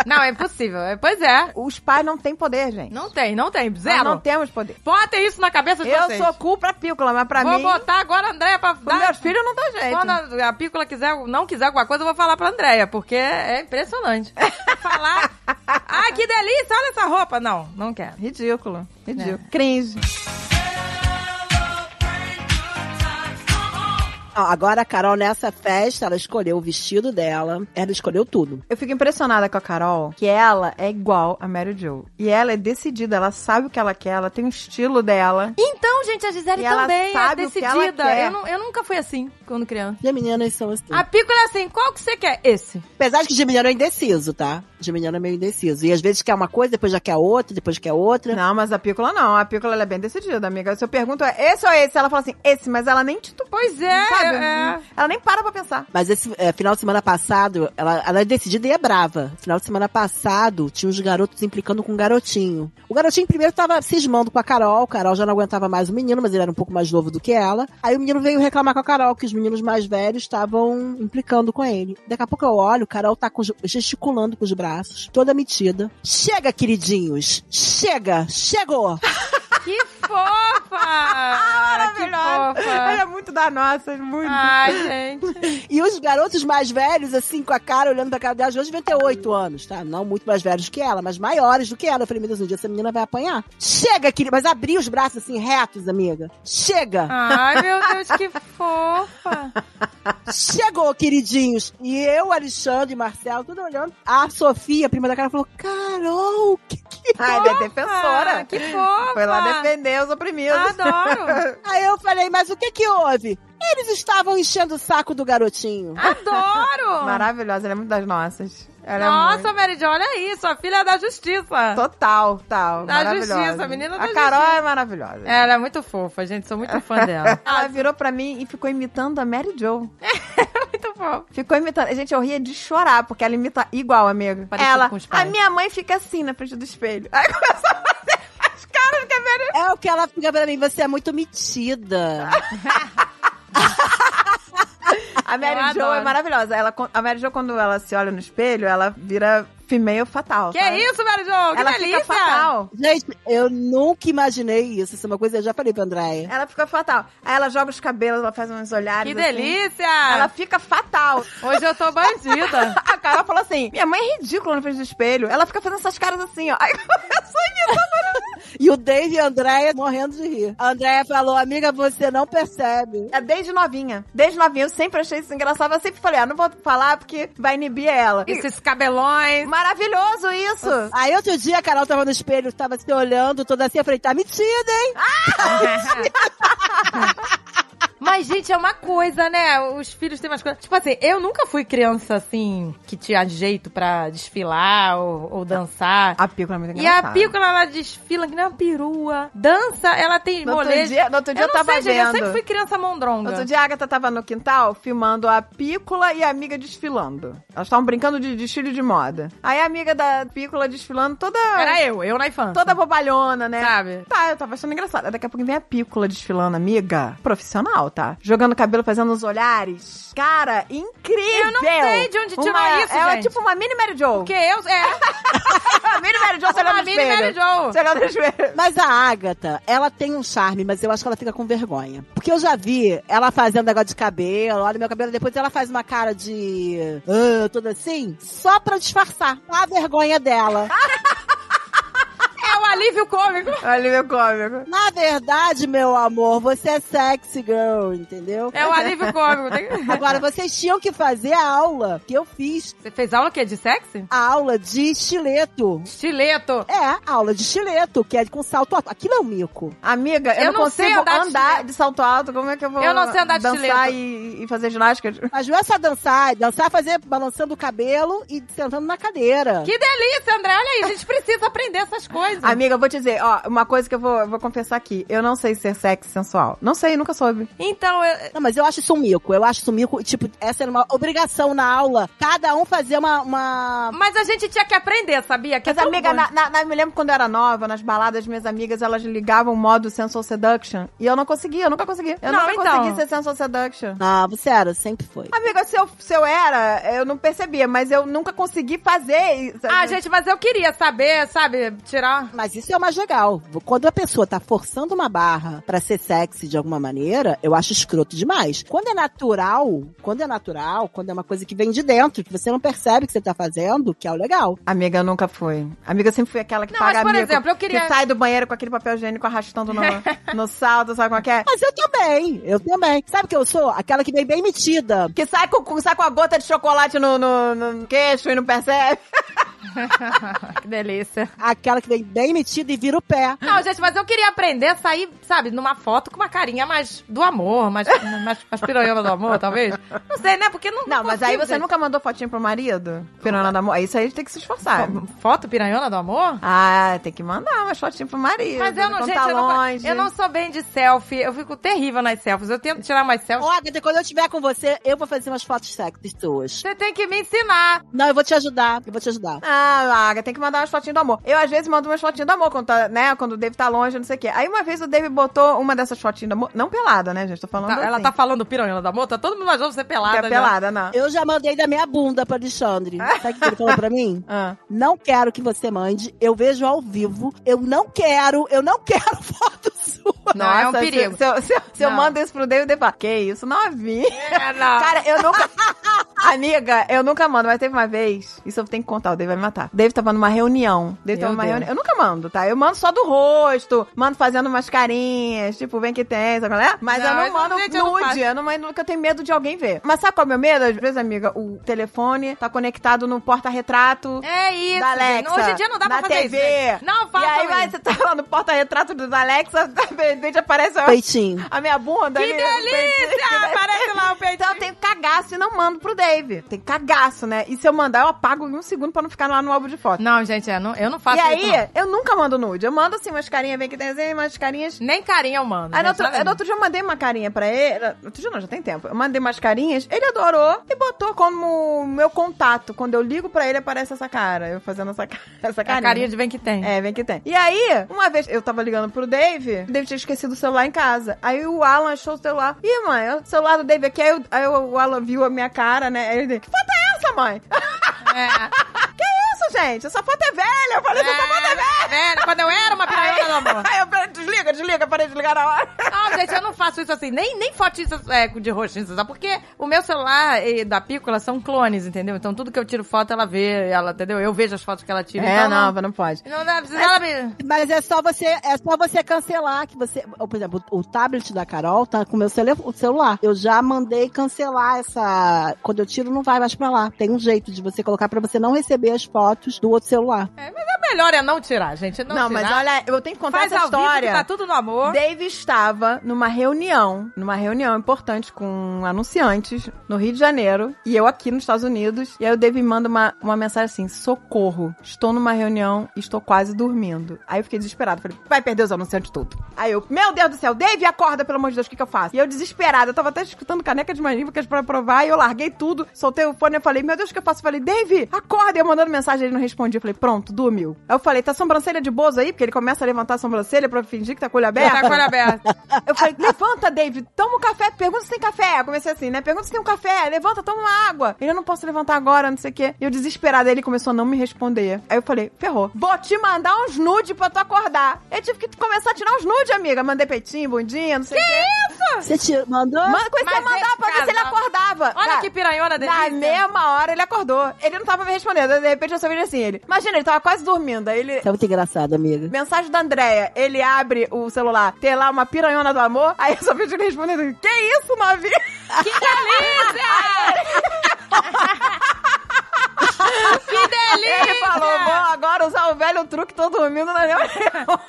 Não, é impossível. É, Pois é. Os pais não têm poder, gente. Não tem, não tem. Nós Zero. não temos poder. Botem isso na cabeça de Eu vocês. sou cu pra pícola, mas pra Vou mim. botar agora a Andréia pra Os dar... meus filhos não dá jeito. Quando a a Pícola quiser, não quiser alguma coisa, eu vou falar pra Andréia, porque é impressionante. falar... Ai, que delícia! Olha essa roupa! Não, não quero. Ridículo. É. Ridículo. Cringe. Ó, agora a Carol, nessa festa, ela escolheu o vestido dela. Ela escolheu tudo. Eu fico impressionada com a Carol, que ela é igual a Mary Jo. E ela é decidida, ela sabe o que ela quer, ela tem um estilo dela. Então, gente, a Gisele E ela também é sabe o que ela decidida. quer. Eu, nu- eu nunca fui assim quando criança. E as meninas são assim. A Pícola é assim, qual que você quer? Esse. Apesar de que Geminiano é indeciso, tá? Geminiano é meio indeciso. E às vezes quer uma coisa, depois já quer outra, depois quer outra. Não, mas a Pícola não. A Pícola ela é bem decidida, amiga. Se eu pergunto, é esse ou esse? Ela fala assim, esse, mas ela nem titubeia, Pois é, sabe? é. Ela nem para pra pensar. Mas esse é, final de semana passado, ela, ela é decidida e é brava. Final de semana passado, tinha uns garotos implicando com um garotinho. O garotinho primeiro tava cismando com a Carol, Carol já não aguentava mais o menino, mas ele era um pouco mais novo do que ela. Aí o menino veio reclamar com a Carol, que os meninos mais velhos estavam implicando com ele. Daqui a pouco eu olho, Carol tá com os- gesticulando com os braços, toda metida. Chega, queridinhos! Chega! Chegou! Que fofa! Ah, que Ela fofa! é muito da nossa, muito. Ai, gente. E os garotos mais velhos, assim, com a cara, olhando pra cara dela, hoje devem ter 8 anos, tá? Não muito mais velhos que ela, mas maiores do que ela. Eu falei, meu Deus, um dia essa menina vai apanhar. Chega, querida. Mas abri os braços, assim, retos, amiga. Chega. Ai, meu Deus, que fofa! Chegou, queridinhos. E eu, Alexandre, Marcelo, tudo olhando. A Sofia, prima da cara, falou, Carol, que que... Ai, ela é Ah, defensora. que fofa! Foi lá defender os oprimidos. Adoro! Aí eu falei, mas o que que houve? Eles estavam enchendo o saco do garotinho. Adoro! Maravilhosa, ela é muito das nossas. Ela é muito... Nossa, Mary Jo, olha aí, sua filha é da justiça. Total, total. Da maravilhosa. justiça, a menina da A Carol justiça. é maravilhosa. Ela é Ah, muito fofa, gente, sou muito fã dela. Ela virou pra mim e ficou imitando a Mary Jo. muito fofa. Ficou imitando. Gente, eu ria de chorar, porque ela imita igual, amigo. Parecido ela, com os a pais. minha mãe fica assim na frente do espelho. Aí começou a fazer as caras que a Mary É o que ela fica pra mim, você é muito metida. A Eu Mary Jo adoro. é maravilhosa. Ela, a Mary Jo, quando ela se olha no espelho, ela vira female fatal. Que é sabe? isso, Mary Jo? Que Ela delícia! fica fatal. Gente, eu nunca imaginei isso. Isso é uma coisa que eu já falei pra Andréia. Ela fica fatal. Aí ela joga os cabelos, ela faz uns olhares. Que assim. delícia! Ela fica fatal. Hoje eu tô bandida. A Carol falou assim: minha mãe é ridícula na frente do espelho. Ela fica fazendo essas caras assim, ó. Aí começou a imitar. E o Dave e a Andréia morrendo de rir. A Andréia falou, amiga, você não percebe. É desde novinha. Desde novinha, eu sempre achei isso engraçado. Eu sempre falei, ah, não vou falar porque vai inibir ela. E- Esses cabelões. Maravilhoso isso! Aí outro dia a Carol tava no espelho, tava se olhando, toda assim, eu falei, tá metida, hein? Mas, gente, é uma coisa, né? Os filhos têm umas coisas. Tipo assim, eu nunca fui criança assim que tinha jeito pra desfilar ou, ou dançar. A pícola é muito E a engraçada. pícola, ela desfila que nem uma perua. Dança, ela tem No outro molejo. dia, no outro dia eu, não tava sei, gente, eu vendo. sempre fui criança No mondronga. Outro dia a Agatha tava no quintal filmando a Pícola e a amiga desfilando. Elas estavam brincando de desfile de moda. Aí a amiga da Pícola desfilando toda. Era eu, eu na infância. Toda bobalhona, né? Sabe? Tá, eu tava achando engraçado. Aí Daqui a pouco vem a Pícola desfilando, amiga. Profissional, tá? Jogando cabelo, fazendo os olhares. Cara, incrível! Eu não sei de onde tirar Uma- isso, Ela gente. é tipo uma mini Mary Jo. Porque eu. É, Uma mini Mary Jo, você olhando uma no mini espelho. Mary Jo. Você olhando no espelho. Mas a Agatha, ela tem um charme, mas eu acho que ela fica com vergonha. Porque eu já vi ela fazendo negócio de cabelo, olha meu cabelo, depois ela faz uma cara de... "Ah", toda assim, só pra disfarçar a vergonha dela. É o alívio cômico. Olha meu cômico. Na verdade, meu amor, você é sexy girl, entendeu? É o alívio cômico. Tem- Agora, vocês tinham que fazer a aula que eu fiz. Você fez aula o quê? De sexy? A aula de estileto. Estileto. É, a aula de estileto, que é com salto alto. Aquilo é um mico. Amiga, eu, Eu não não sei consigo andar de andar chinelo. de salto alto. Como é que eu vou Eu não sei andar de dançar chinelo. e, e fazer ginástica? Mas não é só dançar, é dançar, fazer balançando o cabelo e sentando na cadeira. Que delícia, André. Olha aí, a gente precisa aprender essas coisas. Amiga, eu vou te dizer, ó, uma coisa que eu vou, eu vou confessar aqui. Eu não sei ser sexy sensual. Não sei, nunca soube. Então, eu- Não, mas eu acho isso um mico. Eu acho isso um mico. Tipo, essa era uma obrigação na aula. Cada um fazer uma. uma... mas a gente tinha que aprender, sabia? Que Mas, é tão amiga, bom. na, na- na- eu me lembro quando eu era nova, nas baladas, minhas amigas, elas ligavam o modo sensual seduction. E eu não conseguia, eu nunca consegui. Eu Não, nunca então. consegui ser sensual seduction. Ah, você era, sempre foi. Amiga, se eu, se eu era, eu não percebia, mas eu nunca consegui fazer isso. Ah, gente, mas eu queria saber, sabe? Tirar. Mas isso é o mais legal. Quando a pessoa tá forçando uma barra pra ser sexy de alguma maneira, eu acho escroto demais. Quando é natural, quando é natural, quando é uma coisa que vem de dentro, que você não percebe que você tá fazendo, que é o legal. Amiga, eu nunca fui. Amiga, eu sempre fui aquela que Não, paga mas, por mico, exemplo, eu queria- que sai do banheiro com aquele papel higiênico arrastando no, no salto, sabe como é que é? Mas eu também, eu também. Sabe o que eu sou? Aquela que vem bem metida. Que sai com, com- sai com a gota de chocolate no, no- no queixo e não percebe. tá- que delícia. Aquela que vem bem metida e vira o pé. Não, gente, mas eu queria aprender a sair, sabe, numa foto com uma carinha mais do amor, mais, mais, mais piranhona do amor, talvez. Não sei, né? Porque não. Não, mas aí consigo, você gente. nunca mandou fotinho pro marido? Pirona da Isso aí tem que se esforçar. É, Foto piranhona do amor? Ah, tem que mandar umas fotinhas pro marido. Mas eu não, quando gente, tá eu não, longe. eu não sou bem de selfie. Eu fico terrível nas selfies. Eu tento tirar mais selfies. Ó, Agatha, quando eu estiver com você, eu vou fazer umas fotos sexy suas. Você tem que me ensinar. Não, eu vou te ajudar, eu vou te ajudar. Ah, Aga, tem que mandar umas fotinhas do amor. Eu, às vezes, mando umas fotinhas do amor quando, tá, né, quando o Dave tá longe, não sei o quê. Aí, uma vez, o Dave botou uma dessas fotinhas do amor. Não pelada, né, gente? Tô falando Tá- ela assim. tá falando piranhona do amor? Tá todo mundo imaginando você Que pelada. né? é já. pelada, não. Eu já mandei da minha bunda pro Alexandre. Sabe o que ele falou pra mim? Ah. Não quero que você mande. Eu vejo ao vivo. Eu não quero, eu não quero foto sua. Não, é um Nossa, se- perigo. Se, eu- se eu- se eu Não. mando isso pro David, ele fala, que isso, novinha. É, não. Cara, eu nunca. Amiga, eu nunca mando, mas teve uma vez. Isso eu tenho que contar, o Dave vai me matar. O Dave tava numa reunião. O Dave tava Meu numa Deus. reunião. Eu nunca mando, tá? Eu mando só do rosto, mando fazendo umas carinhas, tipo, vem que tem, sabe qual é? Mas Não, eu eu não não- mando gente, nude, eu eu não não, faço. mando porque eu tenho medo de alguém ver. Mas sabe qual é o meu medo? Às vezes, amiga, o telefone tá conectado no porta-retrato. É isso. Da gente. Alexa. Hoje em dia não dá na pra fazer TV. isso. gente. Não faça E aí, isso. vai, você tá lá no porta-retrato do da Alexa, de repente aparece a, Peitinho. a minha bunda. Que ali, o peitinho. delícia! Aparece lá o peito. Então eu tenho cagaço e não mando pro Dave. Tem cagaço, né? E se eu mandar, eu apago em um segundo pra não ficar lá no álbum de foto. Não, gente, eu não, eu não faço e isso. aí, não. eu nunca mando nude. Eu mando assim umas carinhas, vem que tem assim, umas carinhas. Nem carinha eu mando. né? Aí no gente, outro, olha. aí, no outro dia Ah, eu mandei uma carinha pra ele. Outro dia não, já tem tempo. Eu mandei umas carinhas, ele adorou e botou como meu contato. Quando eu ligo pra ele, aparece essa cara. Eu fazendo essa, ca- essa É a carinha. carinha de bem que tem. É, vem que tem. E aí, uma vez eu tava ligando pro Dave, o Dave tinha esquecido o celular em casa. Aí o Alan achou o celular. Ih, mãe, é o celular do Dave aqui. Aí, o- aí o Alan viu a minha cara, né? Aí ele disse: Que foto é essa, mãe? É. Que isso, gente. Essa foto é velha. Eu falei, essa foto é velha. velho, quando eu era uma piranha do amor. Aí eu falei, desliga, desliga, parei de ligar na hora. Não, gente, eu não faço isso assim. Nem, nem fotinhas é, de rostinho, sabe? Porque o meu celular e da Pícola são clones, entendeu? Então tudo que eu tiro foto, ela vê, ela, entendeu? Eu vejo as fotos que ela tira. então, É, não pode. Não, dá- ela me... Mas é só você, é só você cancelar que você, ou, por exemplo, o tablet da Carol tá com o meu cele- o celular. Eu já mandei cancelar essa, quando eu tiro não vai mais pra lá. Tem um jeito de você colocar pra você não receber as fotos do outro celular. O melhor é não tirar, gente. Não, Não, tirar. mas olha, eu tenho que contar Faz essa ao vivo história. que tá tudo no amor. Dave estava numa reunião, numa reunião importante com anunciantes no Rio de Janeiro e eu aqui nos Estados Unidos. E aí o Dave me manda uma, uma mensagem assim: socorro, estou numa reunião e estou quase dormindo. Aí eu fiquei desesperada, falei, vai perder os anunciantes tudo. Aí eu, meu Deus do céu, Dave, acorda, pelo amor de Deus, o que, que eu faço? E eu desesperada, eu tava até escutando caneca de manívacas pra provar, e eu larguei tudo, soltei o fone e falei, meu Deus, o que eu faço? Eu falei, Dave, acorda! E eu mandando mensagem, ele não respondia. Eu falei, pronto, dormiu. Aí eu falei, tá sobrancelha de bozo aí? Porque ele começa a levantar a sobrancelha pra fingir que tá com o olho aberto. Tá com ela aberta. Eu falei, levanta, David, toma um café, pergunta se tem café. Eu comecei assim, né? Pergunta se tem um café, levanta, toma uma água. Ele, eu não posso levantar agora, não sei o quê. E eu desesperada, aí ele começou a não me responder. Aí eu falei, ferrou. Vou te mandar uns nude pra tu acordar. Eu tive que começar a tirar uns nude, amiga. Mandei peitinho, bundinha, não sei o quê. Você te mandou? Man comecei a Mas mandar esse pra ver se ele casal- acordava. Olha Cara, que piranhona dele. na mesma hora ele acordou. Ele não tava me respondendo. aí De repente eu só vejo assim ele. Imagina, ele tava quase dormindo. Aí ele Isso é muito engraçado, amiga. Mensagem da Andréia. Ele abre o celular, tem lá uma piranhona do amor. Aí eu só vejo ele respondendo: Que isso, Mavi? Que delícia! que delícia! Ele falou: Vou agora usar o velho truque, tô dormindo é na reunião.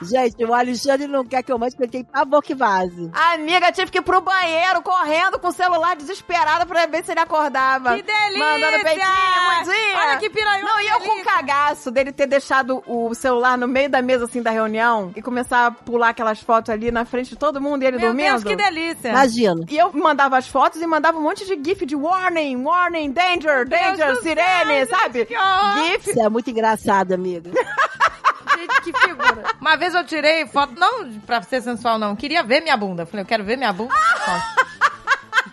Gente, o Alexandre não quer que eu mande porque ele tem pavor que vaze. Amiga, tive que ir pro banheiro correndo com o celular desesperada pra ver se ele acordava. Que delícia! Mandando peitinho, bundinha. Olha que piranhona Não, e eu com o delícia. cagaço dele ter deixado o celular no meio da mesa, assim, da reunião e começar a pular aquelas fotos ali na frente de todo mundo e ele Meu dormindo. Deus, que delícia! Imagina. E eu mandava as fotos e mandava um monte de gif de warning, warning, danger, danger, do sirene, céu, sabe? que horror! Gif. Isso é muito engraçado, amiga. Gente, que figura. Uma vez eu tirei foto, não pra ser sensual, não. Queria ver minha bunda. Falei, eu quero ver minha bunda. Foto.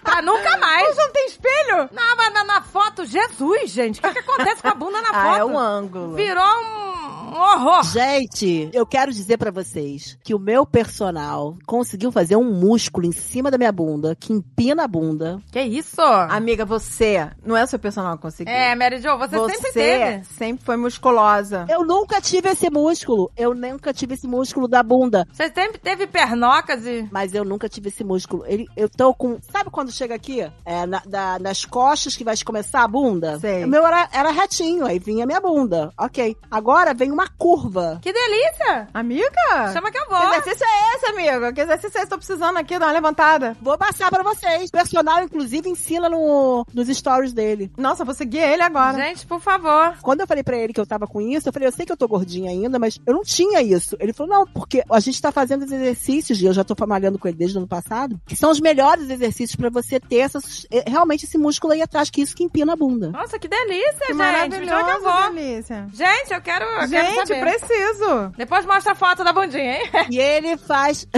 pra nunca mais. Mas não tem espelho? Não, mas na, na foto, Jesus, gente. O que, que acontece com a bunda na foto? Ah, é um ângulo. Virou um, um horror. Gente, eu quero dizer pra vocês que o meu personal conseguiu fazer um músculo em cima da minha bunda, que empina a bunda. Que isso? Amiga, você não é o seu personal que conseguiu. É, Mary Jo, você, sempre teve. sempre foi musculosa. Eu nunca tive esse músculo. Eu nunca tive esse músculo da bunda. Você sempre teve pernocas e... Mas eu nunca tive esse músculo. Ele, eu tô com. Sabe quando chega aqui? É, na- da- nas costas que vai começar a bunda? Sei. O meu era, era retinho, aí vinha a minha bunda. Ok. Agora vem uma curva. Que delícia! Amiga? Chama que eu Que vou. exercício é esse, amigo? Que exercício é esse? Tô precisando aqui dar uma levantada. Vou passar pra vocês. O personal, inclusive, ensina no, nos stories dele. Nossa, vou seguir ele agora. Gente, por favor. Quando eu falei pra ele que eu tava com isso, eu falei, eu sei que eu tô gordinha ainda, mas eu não tinha isso. Ele falou, não, porque a gente tá fazendo os exercícios, e eu já tô malhando com ele desde o ano passado, que são os melhores exercícios pra você ter essa sus- eh, realmente esse músculo aí atrás, que é isso que empina a bunda. Nossa, que delícia, que gente. Me joga eu vou. maravilhoso, delícia. Gente, eu quero, eu quero Gente, saber. preciso. Depois mostra a foto da bundinha, hein? E ele faz,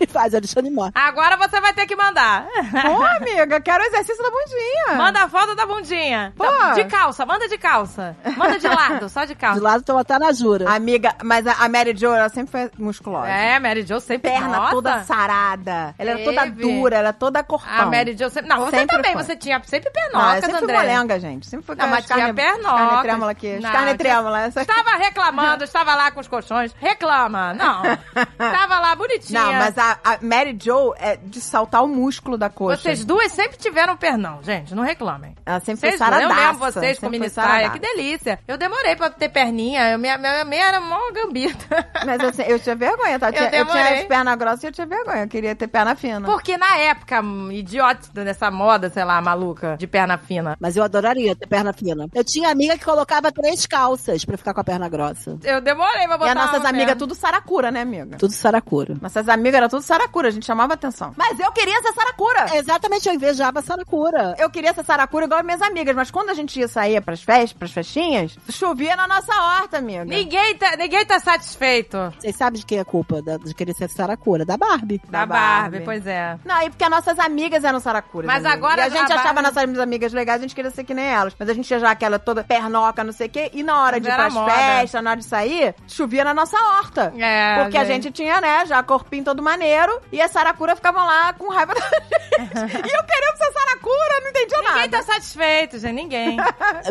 ele faz, Alexandre Mó. Agora você vai ter que mandar. Pô, amiga, quero o exercício da bundinha. Manda a foto da bundinha. Pô. Então, de calça, manda de calça. Manda de lado, só de De calça. lado toma tá na jura. Amiga, mas a a Mary Jo, ela sempre foi musculosa. É, Mary Jo sempre Perna Nossa. toda sarada. Ela era toda Teve. dura, ela era toda corpão. A Mary Jo sempre. Não, você Sempre também, foi. você tinha sempre Não, eu pernocas, sempre fui André. molenga, gente. Sempre fui Não, mas tinha pernocas. Carne trêmula aqui. Não, Carne tinha- trêmula. Essa... Estava reclamando, estava lá com os colchões. Reclama, não. Estava lá bonitinha. Não, mas a, a Mary Jo é de saltar o músculo da coxa. Vocês duas sempre tiveram pernão, gente. Não reclamem. Ela sempre foi Vocês, eu saradaça. lembro vocês sempre com foi mini saia, saradaça. que delícia. Eu demorei pra ter perninha, eu, minha, minha, minha era mó gambita. Mas assim, eu tinha vergonha, tá? Eu, tinha, eu tinha demorei. as pernas grossas e eu tinha vergonha. Eu queria ter perna fina. Porque na época, hum, idiota dessa moda, sei lá, maluca, de perna fina. Mas eu adoraria ter perna fina. Eu tinha amiga que colocava três calças pra ficar com a perna grossa. Eu demorei pra E botar as nossas uma amigas assim, perna. tudo saracura, né, amiga? Tudo saracura. Saracura. Mas essas amigas eram tudo Saracura, a gente chamava atenção. Mas eu queria ser Saracura! É Exatamente, eu invejava a Saracura. Eu queria ser Saracura igual as minhas amigas, mas quando a gente ia sair pras festas, pras festinhas, chovia na nossa horta, amiga. Ninguém tá, ninguém tá satisfeito Vocês sabem de quem é a culpa da- de querer ser Saracura? Da Barbie. da, Da Barbie. Barbie. pois é. Não, e porque as nossas amigas eram saracuras. Mas amiga. agora E a já gente a achava Barbie- nossas amigas legais, a gente queria ser que nem elas. Mas a gente já aquela toda pernoca, não sei o quê. E na hora Mas de ir era pras moda. festas, na hora de sair, chovia na nossa horta. É, Porque a gente tinha, né, já corpinho todo maneiro. E as saracuras ficavam lá com raiva da gente. e eu querendo ser saracura, não entendia nada. Ninguém tá satisfeito, gente. Ninguém.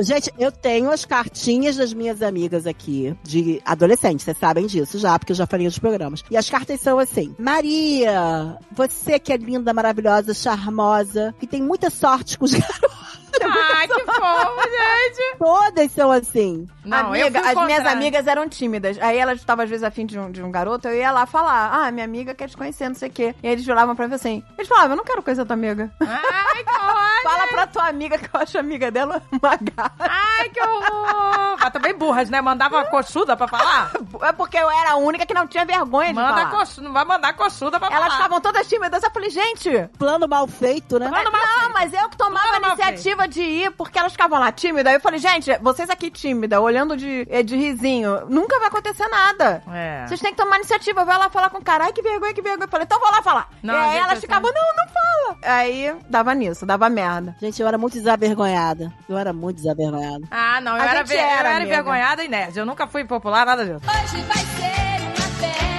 Gente, eu tenho as cartinhas das minhas amigas aqui, de adolescentes, vocês sabem disso já, porque eu já falei nos programas. E as cartas são assim: Maria, você que é linda, maravilhosa, charmosa, que tem muita sorte com os garotos. Ai, que fofo, gente. Todas são assim. Não, eu Amiga, fui as minhas encontrar. amigas eram tímidas. Aí elas estavam, às vezes, afim de um, de um garoto, eu ia lá falar, ah, minha amiga quer te conhecer, não sei o quê. E aí eles olhavam pra mim assim, eles falavam, eu não quero conhecer tua amiga. Ai, né? que horror. Fala pra tua amiga que eu acho a amiga dela uma gata. Ai, que horror. Mas também burras, né? Mandava uma coxuda pra falar. É porque eu era a única que não tinha vergonha de Manda falar. coxuda. Não vai mandar coxuda pra Elas falar. estavam todas tímidas. Eu falei, gente, Plano mal feito, né? Plano mal não, mas eu que tomava Manda a mal feito. iniciativa de ir, porque elas ficavam lá tímidas. Aí eu falei, gente, vocês aqui tímida, olhando de, eh, de risinho, nunca vai acontecer nada. É. Vocês têm que tomar iniciativa, vai lá falar com o cara. Ai, que vergonha, que vergonha. Eu falei, então vou lá falar. Não, e aí gente, elas eu ficavam, não, não fala. Aí dava nisso, dava merda. Gente, eu era muito desavergonhada. Eu era muito desavergonhada. Ah, não, eu A era, gente ve- eu era, era amiga. envergonhada e nerd. Eu nunca fui popular, nada disso. Hoje vai ser uma festa.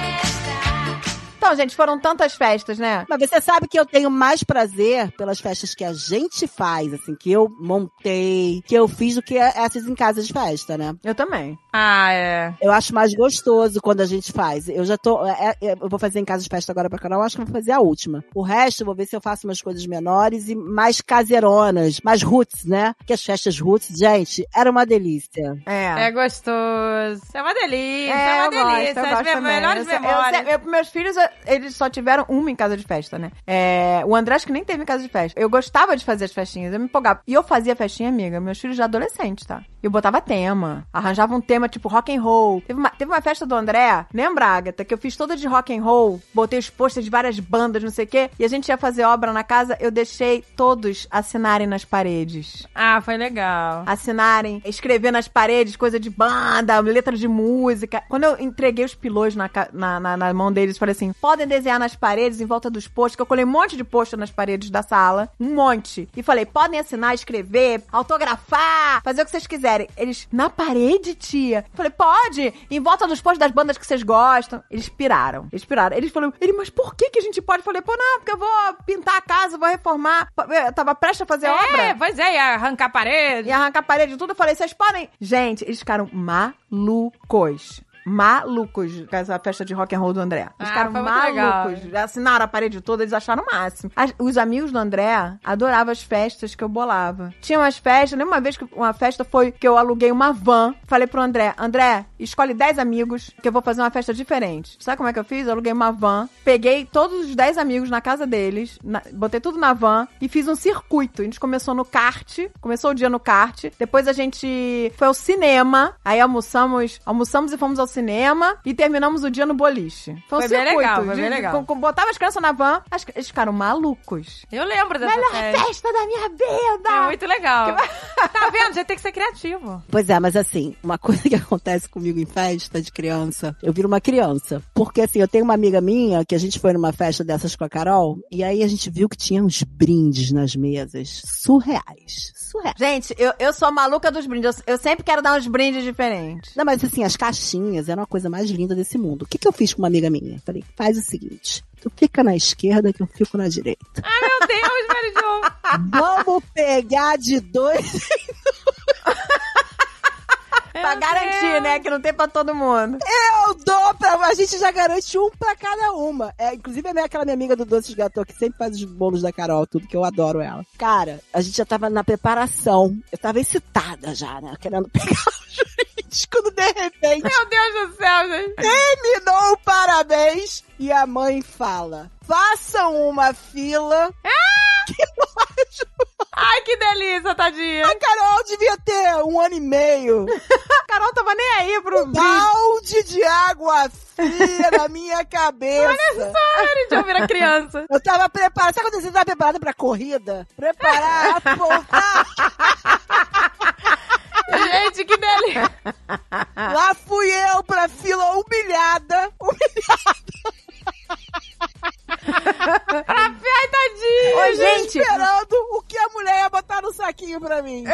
Então, gente, foram tantas festas, né? Mas você sabe que eu tenho mais prazer pelas festas que a gente faz, assim, que eu montei, que eu fiz do que essas em casa de festa, né? Eu também. Ah, é. Eu acho mais gostoso quando a gente faz. Eu já tô. é- é- eu vou fazer em casa de festa agora pra canal, acho que eu vou fazer a última. O resto, eu vou ver se eu faço umas coisas menores e mais caseironas, mais roots, né? Porque as festas roots, gente, era uma delícia. É gostoso. É uma delícia, é, uma delícia. As minhas também. melhores Eu sei- eu memórias. sei- eu- meus filhos, eu- eles só tiveram uma em casa de festa, né? É, o André acho que nem teve em casa de festa. Eu gostava de fazer as festinhas, eu me empolgava. E eu fazia festinha, amiga, meus filhos já adolescentes, tá? Eu botava tema, arranjava um tema tipo rock and roll. Teve uma, teve uma festa do André, lembra, Agatha, que eu fiz toda de rock and roll, botei os posters de várias bandas, não sei o quê, e a gente ia fazer obra na casa, eu deixei todos assinarem nas paredes Ah, foi legal. assinarem, escrever nas paredes coisa de banda, letra de música. Quando eu entreguei os pilões na, ca- na, na- na mão deles, falei assim: podem desenhar nas paredes, em volta dos postos, que eu colei um monte de posto nas paredes da sala, um monte. E falei: podem assinar, escrever, autografar, fazer o que vocês quiserem. Eles, na parede, tia? Eu Falei: pode, em volta dos postos das bandas que vocês gostam. Eles piraram, eles piraram. Eles falaram: ele, mas por que, que a gente pode? Eu falei: pô, não, porque eu vou pintar a casa, vou reformar. Eu tava prestes a fazer obra. É, pois é, ia arrancar a parede. E arrancar a parede e tudo. Eu falei, vocês podem. Gente, eles ficaram malucos. Malucos com essa festa de rock and roll do André. Eles Ah, ficaram foi muito legal. malucos. Assinaram a parede toda, eles acharam o máximo. As- os amigos do André adoravam as festas que eu bolava. Tinha umas festas, lembra uma vez que uma festa foi que eu aluguei uma van. Falei pro André, André, escolhe 10 amigos que eu vou fazer uma festa diferente. Sabe como é que eu fiz? Eu aluguei uma van, peguei todos os 10 amigos na casa deles, na- botei tudo na van e fiz um circuito. A gente começou no kart, começou o dia no kart, depois a gente foi ao cinema, aí almoçamos, almoçamos e fomos ao cinema e terminamos o dia no boliche. Foi, um Foi bem circuito. legal, foi de- bem de- legal. com- com- botava as crianças na van, as, eles ficaram malucos. Eu lembro dessa Melhor festa. festa da minha É vida! muito legal. tá vendo? Gente tem que ser criativo. Pois é, mas assim, uma coisa que acontece comigo em festa de criança, eu viro uma criança. Porque assim, eu tenho uma amiga minha que a gente foi numa festa dessas com a Carol, e aí a gente viu que tinha uns brindes nas mesas surreais. Surreais. Gente, eu, eu sou a maluca dos brindes. Eu, eu sempre quero dar uns brindes diferentes. Não, mas assim, as caixinhas eram a coisa mais linda desse mundo. O que, que eu fiz com uma amiga minha? Falei, faz o seguinte, tu fica na esquerda que eu fico na direita. Ai, meu Deus, Mary Jo. Vamos pegar de dois. pra garantir, Deus. né? Que não tem pra todo mundo. Eu dou pra. A gente já garante um pra cada uma. É, inclusive, a minha- aquela minha amiga do Doces Gatô, que sempre faz os bolos da Carol, tudo, que eu adoro ela. Cara, a gente já tava na preparação. Eu tava excitada já, né? Querendo pegar os brindes, quando de repente. Meu Deus do céu, gente. terminou o parabéns e a mãe fala: façam uma fila. que nós Ai, que delícia, tadinha. A Carol devia ter um ano e meio. A Carol tava nem aí pro brilho. Balde de água fria na minha cabeça. Ai, de ouvir a criança. Eu tava preparada. Sabe quando você tá preparada pra corrida? Preparar, apontar. Gente, que delícia. Lá fui eu pra fila humilhada. Ai, tadinha. Oi, gente. gente. esperando o que a mulher ia botar no saquinho pra mim.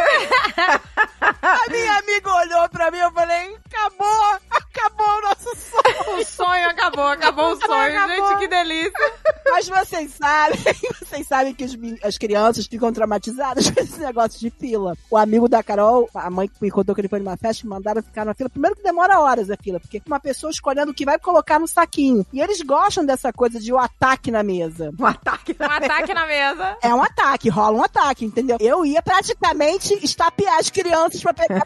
a minha amiga olhou pra mim e eu falei: acabou, acabou o nosso sonho. O sonho acabou, acabou o sonho. Acabou. Gente, que delícia. Mas vocês sabem, vocês sabem que os men- as crianças ficam traumatizadas com esse negócio de fila. O amigo da Carol, a mãe que me contou que ele foi numa festa, me mandaram ficar na fila. Primeiro que demora horas a fila, porque uma pessoa escolhendo o que vai colocar no saquinho. E eles gostam dessa coisa de o ataque na mesa. Um ataque. Um ataque na mesa. É um ataque, rola um ataque, entendeu? Eu ia praticamente estapear as crianças pra pegar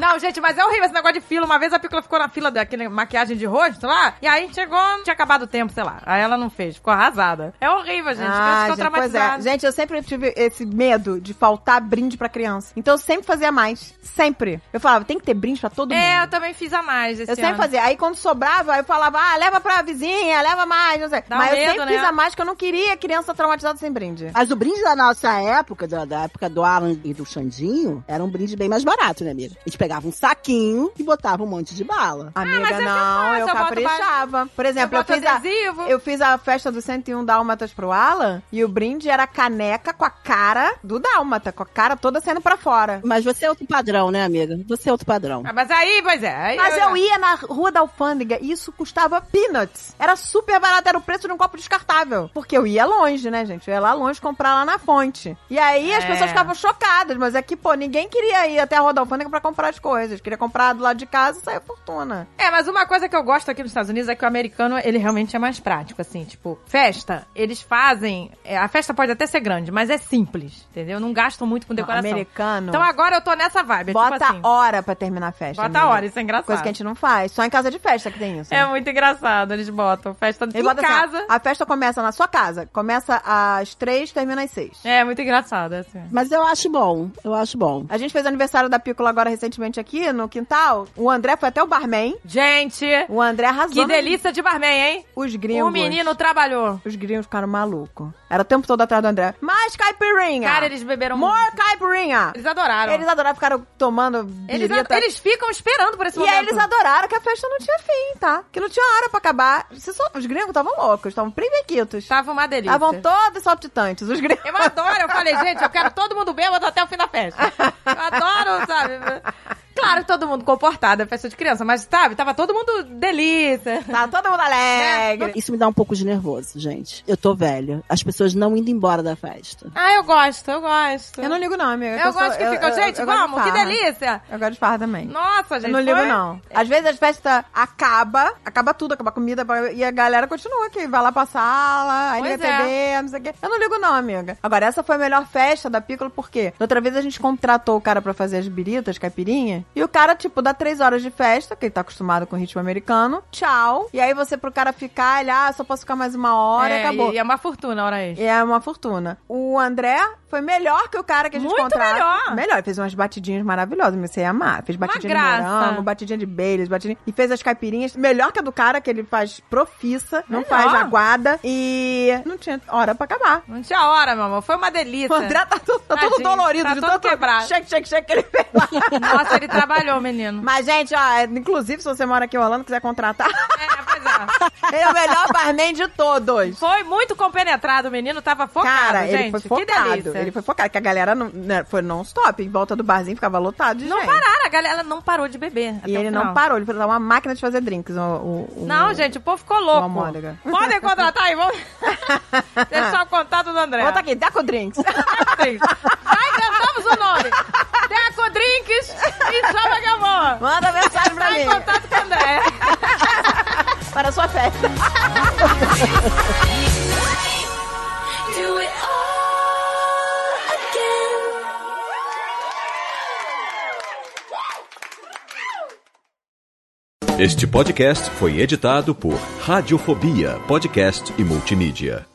Não, gente, mas é horrível esse negócio de fila. Uma vez a Pícola ficou na fila daquele maquiagem de rosto lá, e aí chegou, tinha acabado o tempo, sei lá. Aí ela não fez, ficou arrasada. É horrível, gente. Crianças Ah, ficam gente, pois é. traumatizadas. Gente, eu sempre tive esse medo de faltar brinde pra criança. Então eu sempre fazia mais. Sempre. Eu falava, tem que ter brinde pra todo É, mundo. eu também fiz a mais esse Eu sempre ano. fazia. Aí quando sobrava, eu falava, ah, leva pra vizinha, leva mais, não sei. Dá Mas um eu medo, sempre né? fiz a mais, que eu não queria criança traumatizada sem brinde. Mas o brinde da nossa época, da, da época do Alan e do Xandinho, era um brinde bem mais barato, né, amiga? A gente pegava um saquinho e botava um monte de bala. Amiga, mas é que não, eu eu, faço, eu boto caprichava. Por Eu exemplo, né, eu, boto fiz a, adesivo. eu fiz a festa do 101 Dálmatas pro Alan e o brinde era caneca com a cara do Dálmata, com a cara toda saindo pra fora. Mas você é outro padrão, né, amiga? Você é outro padrão. Ah, mas aí, pois é. Aí Mas eu ia na rua da alfândega e isso custava peanuts. Era super barato, era o preço de um copo descartável. Porque eu ia longe, né, gente? Eu ia lá longe comprar lá na fonte. E aí as É. pessoas ficavam chocadas, mas é que, pô, ninguém queria ir até a rua da alfândega pra comprar as coisas. Queria comprar do lado de casa e saiu fortuna. É, mas uma coisa que eu gosto aqui nos Estados Unidos é que o americano, ele realmente é mais prático, assim, tipo, festa, eles fazem, é, a festa pode até ser grande, mas é simples, entendeu? Não gastam muito com decoração. americano. Então agora eu tô nessa vibe, é Bota tipo assim, hora pra terminar a festa. bota a amiga. hora, isso é engraçado. Coisa que a gente não faz. Só em casa de festa que tem isso. É muito engraçado, eles botam festa Ele em bota assim, ó, casa. a festa começa na sua casa. Começa às três, termina às seis. É muito engraçado, é assim. Mas eu acho bom, eu acho bom. A gente fez aniversário da Pícola agora recentemente aqui no quintal. O André foi até o barman. Gente, O André arrasou. que no- delícia de barman, hein? Os gringos. O menino trabalhou. Os gringos ficaram malucos. Era o tempo todo atrás do André. Mais caipirinha! Cara, eles beberam More muito. caipirinha! Eles adoraram. Eles adoraram, ficaram tomando Eles, birita. eles ficam esperando por esse E momento. aí eles adoraram que a festa não tinha fim, tá? Que não tinha hora pra acabar. Se só- Os gringos estavam loucos, estavam primequitos. Tava uma Tá delícia. Estavam todos saltitantes, os gringos. Eu adoro, eu falei, gente, eu quero todo mundo bêbado até o fim da festa. Eu adoro, sabe? Claro, todo mundo comportado, é festa de criança, mas sabe, tava todo mundo delícia. Tá todo mundo É, alegre. Isso me dá um pouco de nervoso, gente. Eu tô velha. As pessoas não indo embora da festa. Ah, eu gosto, eu gosto. Eu não ligo, não, amiga. Eu, eu sou- gosto que eu- ficam, eu- gente, eu gosto de vamos, que farra. delícia. Eu gosto de farra também. Nossa, Eu gente. não ligo, foi- não. Às vezes as festas acaba, acaba tudo, acaba a comida, acaba- e a galera continua aqui, vai lá pra sala, aí liga Pois a é. TV, não sei o quê. Eu não ligo, não, amiga. Agora, essa foi a melhor festa da Piccolo, por quê? Da Outra vez a gente contratou o cara pra fazer as biritas, caipirinha, e o cara, tipo, dá três horas de festa, que ele tá acostumado com o ritmo americano, tchau. E aí você pro cara ficar, ele, ah, só posso ficar mais uma hora, É, acabou. E é uma fortuna, hora aí. E é uma fortuna. O André foi melhor que o cara que a gente Muito contrata. melhor. Melhor. Fez umas batidinhas maravilhosas, mas você ia amar. Fez batidinha de graça. morango, batidinha de beijos, batidinha... E fez as caipirinhas. Melhor que a do cara, que ele faz profissa, não Melhor. faz aguada. E não tinha hora pra acabar. Não tinha hora, meu amor. Foi uma delícia. O André tá, todo- tá todo Tadinho, dolorido, tá de todo tanto quebrado. Cheque, cheque, cheque que ele fez lá. Nossa, ele trabalhou, menino. Mas, gente, ó, inclusive, se você mora aqui em Orlando e quiser contratar, É, pois é. ele é o melhor barman de todos. Foi muito compenetrado, o menino tava focado, Cara, gente. ele foi Que focado. delícia. Ele foi focado, que a galera não, né, foi non-stop. Em volta do barzinho ficava lotado de Não gente. pararam, a galera não parou de beber. até E o ele final. não parou, ele falou, "É uma máquina de fazer drinks. O, o- o- Não, gente, o povo ficou louco. Uma mônica. Podem contratar aí, vamos. Deixar o contato do André. Bota aqui, Deco Drinks. Sim. Já inventamos o nome. Deco Drinks e chama que é boa. Manda mensagem pra Vai Tá em mim, contato com o André. para a sua festa. Do it all again. Este podcast foi editado por Radiofobia, podcast e multimídia.